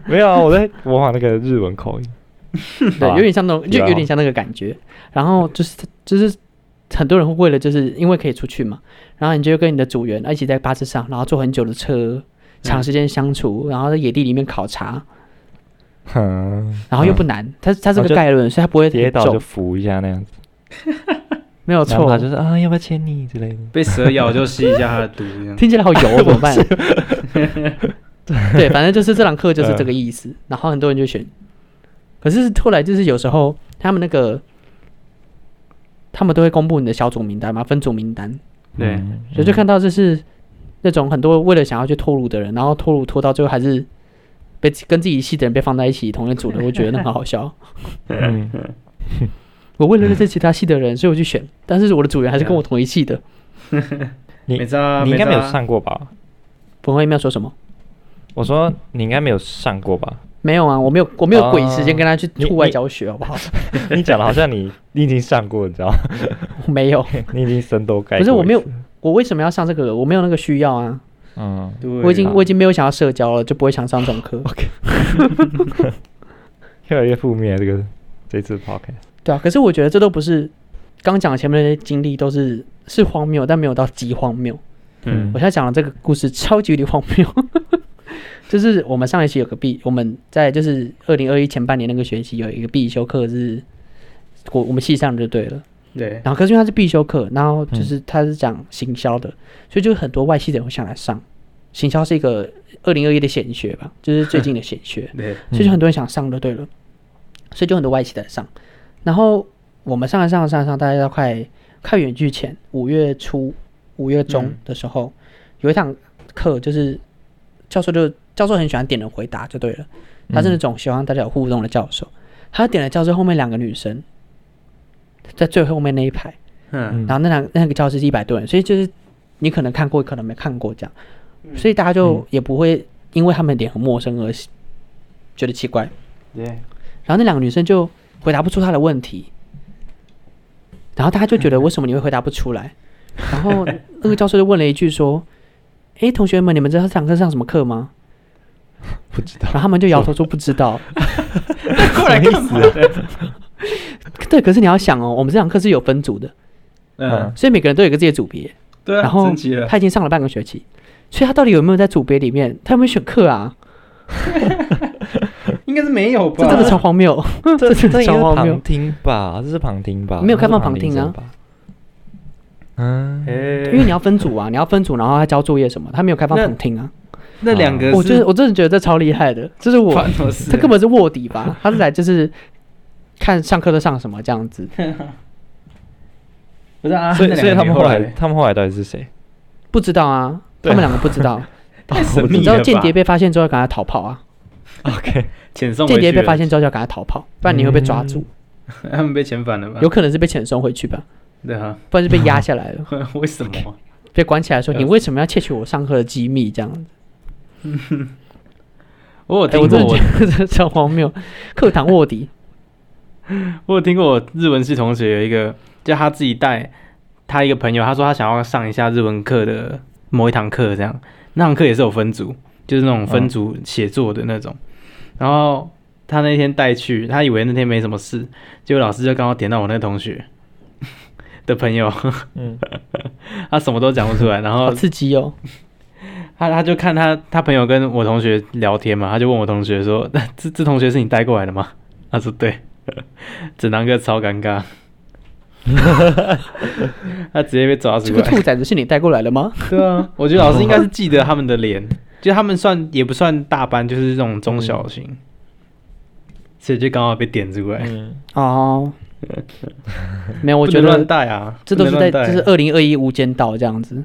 Speaker 2: 没有啊，我在模仿那个日文口音。
Speaker 1: 对，
Speaker 2: 吧
Speaker 1: 有点像那种，就
Speaker 2: 对啊
Speaker 1: 有点像那个感觉。然后就是就是很多人会为了就是因为可以出去嘛，然后你就跟你的组员一起在巴士上，然后坐很久的
Speaker 2: 嗯
Speaker 1: 车，长时间相处，然后在野地里面考察，
Speaker 2: 哼，
Speaker 1: 然后又不难，它它是
Speaker 2: 然后
Speaker 1: 个
Speaker 2: 就
Speaker 1: 概论，所以它不会
Speaker 2: 嗯跌
Speaker 1: 很
Speaker 2: 倒就
Speaker 1: 重，
Speaker 2: 扶一下那样子，
Speaker 1: 没有
Speaker 2: 然后
Speaker 1: 错
Speaker 2: 他。就是啊，要不要牵你之 类的。
Speaker 3: 被蛇咬就吸一下它的毒，这样。
Speaker 1: 听起来好 油哦，怎么办？ 对，反正就是这堂课
Speaker 2: 啊
Speaker 1: 就是这个意思，然后很多人就选。可是后来就是有时候他们那个，他们都会公布你的小组名单嘛，分组名单，
Speaker 3: 对
Speaker 2: 嗯
Speaker 1: 所以就看到就是那种很多为了想要去脱乳的人，然后脱乳脱到最后还是被跟自己系的人被放在一起同一组的，我觉得那很好 笑。
Speaker 2: 嗯
Speaker 1: 我为了认识其他系的人，所以我去选，但是我的组员还是
Speaker 2: 嗯
Speaker 1: 跟我同一系的。
Speaker 2: 你
Speaker 3: 没差啊，
Speaker 2: 你应该没有
Speaker 3: 差啊，
Speaker 2: 上过吧？
Speaker 1: 冯慧妙说什么？
Speaker 2: 我说你应该没有上过吧？
Speaker 1: 没有啊，我没有我没有鬼时间跟他去
Speaker 2: 哦你
Speaker 1: 户外
Speaker 2: 你
Speaker 1: 教学，好不好？
Speaker 2: 你讲的好像你你已经上过，你知 道吗？
Speaker 1: 我没 有，
Speaker 2: 你已经深都盖。
Speaker 1: 不是我没有，我为什么要上这个？我没有那个需要啊，
Speaker 2: 嗯，
Speaker 3: 对
Speaker 1: 我已经
Speaker 2: 啊
Speaker 1: 我已经没有想要社交了，就不会想上这 种课。
Speaker 2: 越来越负面这个这次 podcast。
Speaker 1: 对啊，可是我觉得这都不是刚讲前面那些经历都是是荒谬，但没有到极荒谬。
Speaker 3: 嗯
Speaker 2: 嗯
Speaker 1: 我现在讲的这个故事超级有点荒谬， 就是我们上一期有个必，我们在就是二零二一前半年那个学期有一个必修课是，我我们系上就对了。
Speaker 3: 对，
Speaker 1: 然后可是因为它是必修课，然后就是它是讲行销的，所以就很多外系的人会想来上。行销是一个二零二一的显学吧，就是最近的显学。
Speaker 3: 对，
Speaker 1: 所以就很多人想上就对了，所以就很多外企在上。然后我们上了上了上了上了，大概到快快远距前，五月初、五月中
Speaker 3: 嗯
Speaker 1: 的时候，有一堂课就是教授就教授很喜欢点人回答就对了，他
Speaker 2: 嗯
Speaker 1: 是那种喜欢大家有互动的教授。他点了教授后面两个女生，在最后面那一排，
Speaker 3: 嗯，
Speaker 1: 然后那两那个教室是一百多人，所以就是你可能看过，可能没看过这样，所以大家就
Speaker 2: 嗯
Speaker 1: 也不会因为他们脸很陌生而觉得奇怪。
Speaker 2: 嗯
Speaker 3: 对，
Speaker 1: 然后那两个女生就回答不出他的问题，然后大家就
Speaker 3: 嗯
Speaker 1: 觉得为什么你会回答不出 来？然后那个教授就问了一句说：“诶，同学们，你们知道这堂课上什么课吗
Speaker 2: 不知？”道
Speaker 1: 然后他们就摇头说不知 道。
Speaker 3: 过来干嘛？啊
Speaker 1: 对，可是你要想哦，我们这堂课是有分组的，
Speaker 3: 嗯，
Speaker 1: 所以每个人都有一个自己的组别。
Speaker 3: 对啊，
Speaker 1: 然后
Speaker 3: 升级了，
Speaker 1: 他已经上了半个学期，所以他到底有没有在组别里面？他有没有选课啊？
Speaker 3: 应该是没有吧？
Speaker 1: 这真的超荒谬。这
Speaker 2: 这这应该
Speaker 1: 超
Speaker 2: 是
Speaker 1: 荒谬
Speaker 2: 旁听吧？ 这是旁听吧？
Speaker 1: 没有开放
Speaker 2: 这是
Speaker 1: 旁听啊
Speaker 2: 生吧。嗯，
Speaker 3: 哎
Speaker 1: 因为你要分组啊，你要分组，然后他交作业什么，他没有开放
Speaker 3: 那
Speaker 1: 旁听啊。
Speaker 3: 那两个
Speaker 1: 我
Speaker 3: 哦是
Speaker 1: 真的我真的觉得这超厉害的，这是我
Speaker 3: 发生什么事
Speaker 1: 他根本是卧底吧？他是来就是看上课都上什么这样 子，
Speaker 3: 不是啊，
Speaker 2: 所以
Speaker 3: 那
Speaker 2: 所
Speaker 3: 两个
Speaker 2: 以他们
Speaker 3: 女
Speaker 2: 后来
Speaker 3: 嘞
Speaker 2: 他们后来到底是谁？
Speaker 1: 不知道啊，
Speaker 2: 对
Speaker 1: 他们两个不知 道。
Speaker 3: 太神
Speaker 1: 你
Speaker 3: 秘了
Speaker 1: 知
Speaker 3: 吧，
Speaker 1: 道间谍被发现之后要赶快逃跑啊！
Speaker 2: OK，
Speaker 3: 遣送回
Speaker 1: 间谍
Speaker 3: 去
Speaker 1: 被
Speaker 3: 了
Speaker 1: 发，现之后就要赶快逃跑，不然你会被抓住，
Speaker 3: 他们被遣返了吧？
Speaker 1: 有可能是被遣送回去吧，
Speaker 3: 对啊，
Speaker 1: 不然就被压下来了，
Speaker 3: 为什么？
Speaker 1: 被关起来说
Speaker 3: 了
Speaker 1: 你
Speaker 3: 解
Speaker 1: 为什么要窃取我上课的机密这样子？
Speaker 3: 我有
Speaker 1: 哎，我
Speaker 3: 听过
Speaker 1: 真的
Speaker 3: 我
Speaker 1: 觉得这超荒谬，课堂卧 底，
Speaker 3: 我有听过我日文系同学有一个，就他自己带他一个朋友，他说他想要上一下日文课的某一堂课，这样那堂课也是有分组，就是那种分组写作的那种。然后他那天带去，他以为那天没什么事，结果老师就刚好点到我那个同学 的朋友，
Speaker 2: 嗯，
Speaker 3: 他什么都讲不出来，然后
Speaker 1: 好刺激哦！
Speaker 3: 他他就看他他朋友跟我同学聊天嘛，他就问我同学说：“这这同学是你带过来的吗？”他说：“对。” 整堂课超 尴尬，他直接被抓
Speaker 1: 这
Speaker 3: 出
Speaker 1: 个
Speaker 3: 来。
Speaker 1: 兔崽子是你带过来的吗？
Speaker 3: 对啊，我觉得老师应该是记得他们的脸，就他们算也不算大班，就是这种中
Speaker 1: 嗯
Speaker 3: 小型，所以就刚好被点出来。
Speaker 2: 嗯，
Speaker 1: 哦，没有，我
Speaker 3: 不
Speaker 1: 觉
Speaker 3: 能
Speaker 1: 得
Speaker 3: 乱带啊，
Speaker 1: 这都是
Speaker 3: 不
Speaker 1: 在
Speaker 3: 能乱带
Speaker 1: 这是二零二一无间道这样子。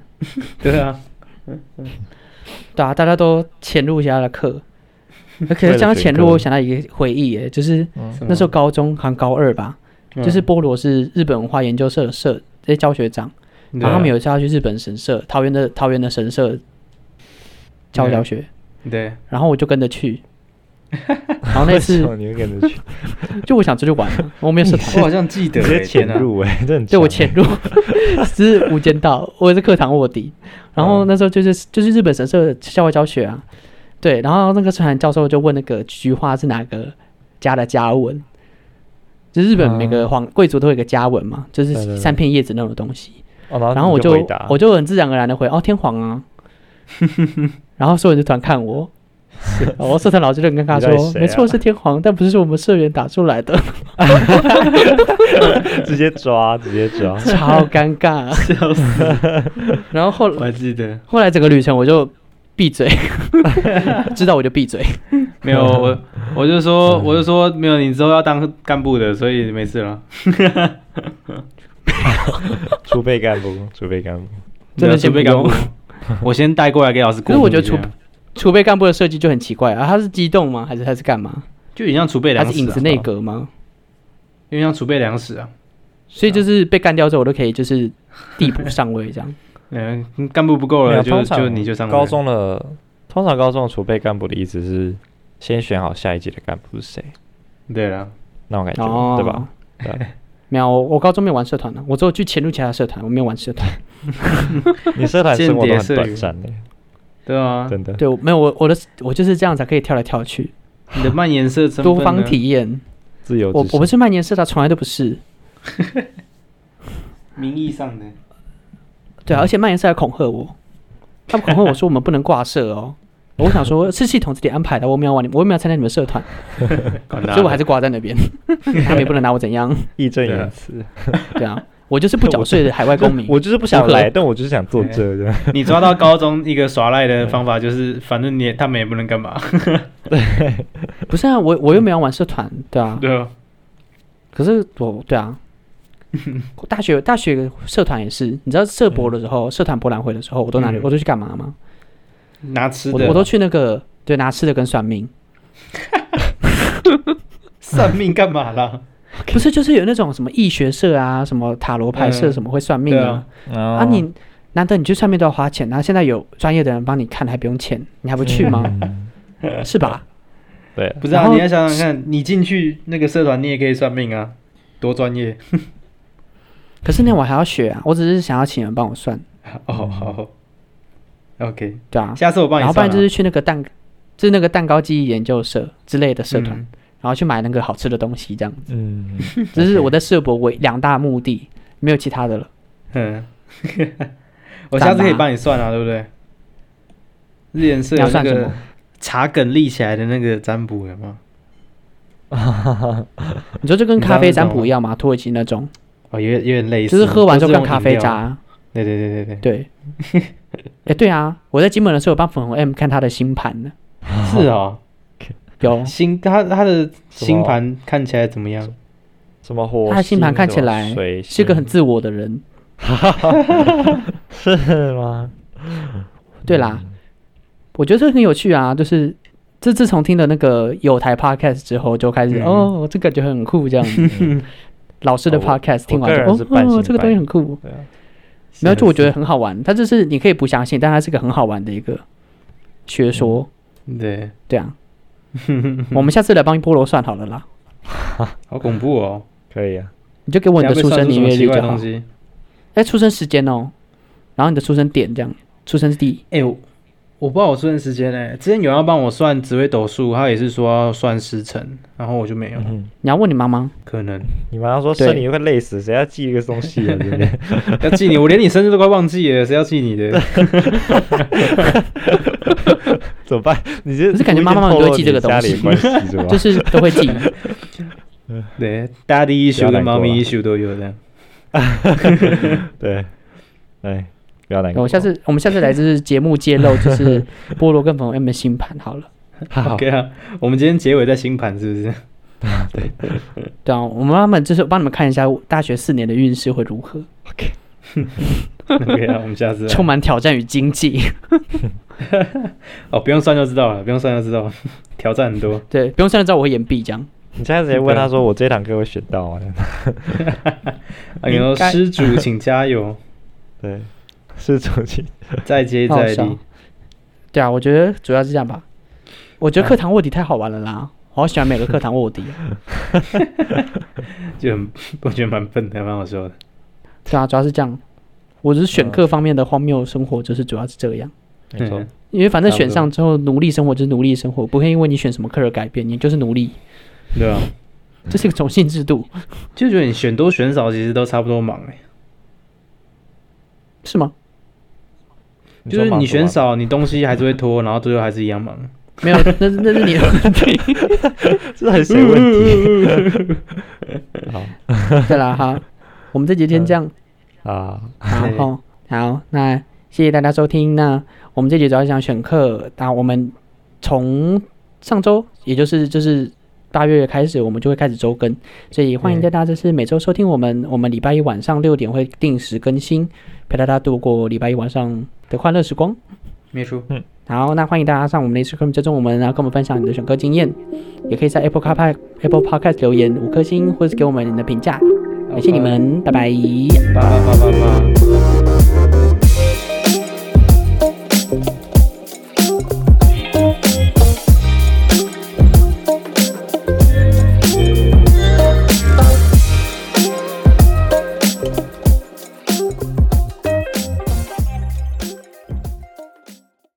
Speaker 3: 对啊，
Speaker 1: 对啊，大家都潜入一下他的 课。可是讲到潜入，我想到一个回忆耶，就是
Speaker 3: 嗯
Speaker 1: 那时候高中，好像高二吧，就是菠萝是日本文化研究社的社这些教学长，
Speaker 3: 对
Speaker 1: 然后他们
Speaker 3: 啊
Speaker 1: 有一次要去日本神社，桃园的桃园的神社教
Speaker 3: 嗯
Speaker 1: 教学，
Speaker 3: 对
Speaker 1: 然后我就跟着 去，然后那次
Speaker 2: 为什么你会跟着去，
Speaker 1: 就我想出去玩啊，我没有社
Speaker 3: 我
Speaker 1: 团，
Speaker 3: 好像记得、
Speaker 2: 直
Speaker 3: 欸，
Speaker 2: 接潜
Speaker 3: 天啊，
Speaker 2: 入哎，这很
Speaker 1: 对我
Speaker 2: 强欸
Speaker 1: 潜入， 只是无间道，我也是课堂卧底，然
Speaker 2: 嗯
Speaker 1: 后那时候就是就是日本神社的校外教学啊，对，然后那个传教授就问那个菊花是哪个家的家纹，就是日本每个皇贵族都有一个家纹嘛，就是
Speaker 2: 啊对对对
Speaker 1: 三片叶子那种东西，
Speaker 2: 哦，然后
Speaker 1: 然后我
Speaker 2: 你就
Speaker 1: 就
Speaker 2: 回答
Speaker 1: 我就很自然而然的回哦天皇 啊，然后所有人就突然看我。然后社团老师就很尴尬
Speaker 2: 你
Speaker 1: 说
Speaker 2: 到底：“谁啊
Speaker 1: 没错，是天皇，但不是我们社员打出来 的，，
Speaker 2: 直接抓，直接抓
Speaker 1: 超尴尬、啊
Speaker 3: 笑死，
Speaker 1: 然后后
Speaker 3: 我还记得。
Speaker 1: 后来整个旅程我就闭 嘴，知道我就闭嘴。
Speaker 3: 没有，我我就 说，我就说没有，你之后要当干部的，所以没事了。
Speaker 2: 储备干部，储备干部，
Speaker 1: 真的
Speaker 3: 准
Speaker 1: 先不
Speaker 3: 备
Speaker 1: 用
Speaker 3: 干部， 我先带过来给老师
Speaker 1: 可
Speaker 3: 过啊
Speaker 1: 是
Speaker 3: 目
Speaker 1: 我
Speaker 3: 一下。
Speaker 1: 觉得储储备干部的设计就很奇怪啊，他是机动吗？还是他是干嘛？
Speaker 3: 就有点像储备
Speaker 1: 他
Speaker 3: 粮食、
Speaker 1: 是
Speaker 3: 啊，
Speaker 1: 影子内阁吗？
Speaker 3: 有点像储备粮食啊。
Speaker 1: 所以就是被干掉之后，我都可以就是递补上位这样。
Speaker 3: 嗯，干部不够
Speaker 2: 没有
Speaker 3: 了，就
Speaker 2: 通常
Speaker 3: 就你就上
Speaker 2: 高中的通常高中的储备干部的意思是先选好下一届的干部是谁，
Speaker 3: 对了，
Speaker 2: 那种感觉，
Speaker 1: 哦，
Speaker 2: 对吧？？对啊
Speaker 1: 没有，我我高中没有玩社团的，我只有去潜入其他社团，我没有玩社团。
Speaker 2: 你社团生活都
Speaker 3: 间谍
Speaker 2: 很
Speaker 3: 社
Speaker 2: 短
Speaker 3: 员
Speaker 2: 暂的，
Speaker 3: 对啊，
Speaker 2: 真的。
Speaker 1: 对，我没有我我的我就是这样啊才可以跳来跳去，
Speaker 3: 你的蔓延色身份
Speaker 1: 多
Speaker 3: 呢
Speaker 1: 方体验。
Speaker 2: 自由之
Speaker 1: 我
Speaker 2: 身
Speaker 1: 我不是蔓延社团，从来都不是。
Speaker 3: 名义上的，
Speaker 1: 对啊，而且蔓延社还恐吓我，他们恐吓我说我们不能挂社哦。我想 说，是系统自己安排的，我没有玩你，我没有参加你们社团， 所以我还是挂在那边，他们也不能拿我怎样。
Speaker 2: 义正
Speaker 3: 对啊
Speaker 2: 言辞，
Speaker 1: 对啊，我就是不缴税的海外公民。
Speaker 2: 我就是不想
Speaker 1: 我可
Speaker 2: 来，但我就是想坐
Speaker 3: 对
Speaker 2: 这 这样。
Speaker 3: 你抓到高中一个耍赖的方法就是，反正你也他们也不能干嘛，
Speaker 1: 啊不是啊，我我又没有玩社团，对啊。
Speaker 3: 对吧？
Speaker 1: 可是我对 啊，大学大学社团也是，你知道社博的时候，社团博览会的时候，我都哪里
Speaker 3: 嗯
Speaker 1: 我都去干嘛吗？
Speaker 3: 拿吃
Speaker 1: 我
Speaker 3: 的，
Speaker 1: 我都去那个对拿吃的跟算命，
Speaker 3: 算命干嘛啦？
Speaker 1: 不是就是有那种什么易学社啊，什么塔罗牌社，
Speaker 3: 嗯
Speaker 1: 什么会算命
Speaker 3: 对
Speaker 1: 啊
Speaker 3: 啊，
Speaker 2: 啊
Speaker 1: 啊你。难得你去算命都要花钱，然后现在有专业的人帮你看，还不用钱，你还不去吗？
Speaker 2: 嗯
Speaker 1: 是吧？
Speaker 2: 对啊，
Speaker 3: 不知道、
Speaker 1: 然后
Speaker 3: 你要想想看，你进去那个社团，你也可以算命啊，多专业
Speaker 1: 可是那我还要学啊，我只是想要请人帮我算，
Speaker 3: 哦。好，OK，
Speaker 1: 对啊。
Speaker 3: 下次我
Speaker 1: 嗯
Speaker 3: 帮
Speaker 1: 然
Speaker 3: 你
Speaker 1: 后不
Speaker 3: 算
Speaker 1: 然
Speaker 3: 啊、
Speaker 1: 就是去那个蛋，就是那个蛋糕记忆研究社之类的社团，
Speaker 3: 嗯
Speaker 1: 然后去买那个好吃的东西，这样。
Speaker 2: 嗯，
Speaker 1: 这是我在社博为两大目的，没有其他的了。
Speaker 3: 嗯， 我下次可以帮你算啊，对不对？日研社有
Speaker 1: 要
Speaker 3: 那
Speaker 1: 算什
Speaker 3: 个
Speaker 1: 么？
Speaker 3: 茶梗立起来的那个占卜有没有？
Speaker 1: 你说这跟
Speaker 3: 你知道
Speaker 1: 咖啡
Speaker 3: 那种
Speaker 1: 占卜一样吗？土耳其那种，
Speaker 3: 哦，有点有点类似，
Speaker 1: 就是喝完之后
Speaker 3: 都
Speaker 1: 看
Speaker 3: 是用
Speaker 1: 咖啡
Speaker 3: 饮料。啊
Speaker 1: 渣。
Speaker 3: 对对对对
Speaker 1: 对，哎，对啊，我在金门的时候有帮粉红 M 看他的星盘呢，
Speaker 3: 对，是哦，
Speaker 1: 有
Speaker 3: 星他他的星盘看起来怎么样？
Speaker 2: 什么火星？
Speaker 1: 他的星盘看起
Speaker 2: 什么
Speaker 1: 来
Speaker 2: 水
Speaker 1: 是个
Speaker 2: 星
Speaker 1: 很自我的人。
Speaker 2: 是吗？
Speaker 1: 对啦，我觉得这很有趣啊，就是这自从听了那个有台 podcast 之后，就开始、
Speaker 3: 嗯
Speaker 1: 哦，这感觉很酷这样子。老师的
Speaker 2: 哦我
Speaker 1: podcast
Speaker 2: 我
Speaker 1: 听完
Speaker 2: 个
Speaker 1: 就
Speaker 2: 人是半
Speaker 1: 哦
Speaker 2: 信
Speaker 1: 哦，这个东西
Speaker 2: 半疑
Speaker 1: 很酷，
Speaker 2: 对啊，
Speaker 1: 然后就我觉得很好玩。它就是你可以不相信，但它是个很好玩的一个学说。
Speaker 3: 对，
Speaker 1: 对啊，我们下次来帮菠萝算好了啦，
Speaker 3: 好恐怖哦！
Speaker 2: 可以啊。
Speaker 1: 你就给我你的
Speaker 3: 等
Speaker 1: 出
Speaker 3: 一下被
Speaker 1: 生
Speaker 3: 算
Speaker 1: 年
Speaker 3: 出什么
Speaker 1: 月
Speaker 3: 奇
Speaker 1: 日
Speaker 3: 怪
Speaker 1: 就
Speaker 3: 的
Speaker 1: 好
Speaker 3: 东，西。
Speaker 1: 哎，出生时间哦，然后你的出生点这样，出生地，
Speaker 3: 哎、我我不知道我出生时间呢、之前有人要帮我算紫微斗数，他也是说要算时辰，然后我就没有，
Speaker 2: 嗯，
Speaker 1: 你要问你妈妈，
Speaker 3: 可能
Speaker 2: 你马上说
Speaker 1: 对
Speaker 2: 生你会累死，谁要 记一个东 西啊？对不对？
Speaker 3: 要记你，我连你生日都快忘记了，谁要记你的？
Speaker 2: 怎么办？你这
Speaker 1: 可是感觉妈妈们
Speaker 2: 无意间
Speaker 1: 都会
Speaker 2: 透露
Speaker 1: 记这个东
Speaker 2: 你家里
Speaker 1: 西
Speaker 2: 的关系 是吧？哎
Speaker 1: 就是都会 记。
Speaker 3: 对，daddy
Speaker 2: 不要
Speaker 3: issue
Speaker 2: 难
Speaker 3: 跟
Speaker 2: 过啊
Speaker 3: 猫咪 issue 都有的。
Speaker 2: 对，哎，不要难过。
Speaker 1: 我下次我们下次来就是节目揭露，就是菠萝跟粉红 M 的星盘好了。
Speaker 2: 好
Speaker 3: OK 啊，我们今天结尾在星盘是 不是？
Speaker 1: 对啊，我们妈妈就是帮你们看一下大学四年的运势会如何，
Speaker 3: OK 啊，我们下次啊
Speaker 1: 充满挑战与经济。
Speaker 3: 哦，不用算就知道了，不用算就知道 了，挑战很 多。
Speaker 1: 对，不用算了，知道我会延毕这样。
Speaker 2: 你下次直接问他说：“我这堂课会选到吗
Speaker 3: 啊，你说
Speaker 2: 应该
Speaker 3: 施主请加 油，？”
Speaker 2: 对，是主题。
Speaker 3: 再接
Speaker 1: 好
Speaker 3: 再
Speaker 1: 笑
Speaker 3: 厉。
Speaker 1: 对啊，我觉得主要是这样吧。我
Speaker 2: 哎
Speaker 1: 觉得课堂卧底太好玩了啦，我好喜欢每个课堂卧底。啊
Speaker 3: 就很 我觉得蛮笨的，还蛮好笑的。
Speaker 1: 对啊，主要是这样。我只是
Speaker 2: 嗯
Speaker 1: 选课方面的荒谬生活，就是主要是这样。
Speaker 2: 没错
Speaker 3: 嗯，
Speaker 1: 因为反正选
Speaker 2: 差
Speaker 1: 上之后，奴隶生活就是奴隶生活，不会因为你选什么课而改变，你就是奴隶，
Speaker 3: 对啊，
Speaker 1: 这是一个种姓制度，
Speaker 3: 就觉得你选多选少其实都差不多忙哎、
Speaker 1: 是吗？
Speaker 3: 就
Speaker 2: 说
Speaker 3: 是你
Speaker 2: 忙
Speaker 3: 选
Speaker 2: 不忙，
Speaker 3: 少，你东西还是会拖，然后最后还是一样忙。
Speaker 1: 没有，那是那是你的问题。
Speaker 2: 这很谁问题
Speaker 1: 对啦，好，我们这集先这样，
Speaker 2: 啊？
Speaker 1: 好
Speaker 3: 对
Speaker 1: 吼好，那谢谢大家收听。那我们这集主要讲选课，那我们从上周，也就是就是八月开始，我们就会开始周更，所以欢迎大家就是每周收听我们，我们礼拜一晚上六点会定时更新，陪大家度过礼拜一晚上的快乐时光。
Speaker 3: 没错，
Speaker 1: 好，那欢迎大家上我们的 Instagram 追踪我们，然后跟我们分享你的选歌经验，也可以在 Apple Car Park Apple Podcast 留言五颗星，或者是给我们你的评价，感谢你们，拜拜。
Speaker 3: 叭叭叭叭叭。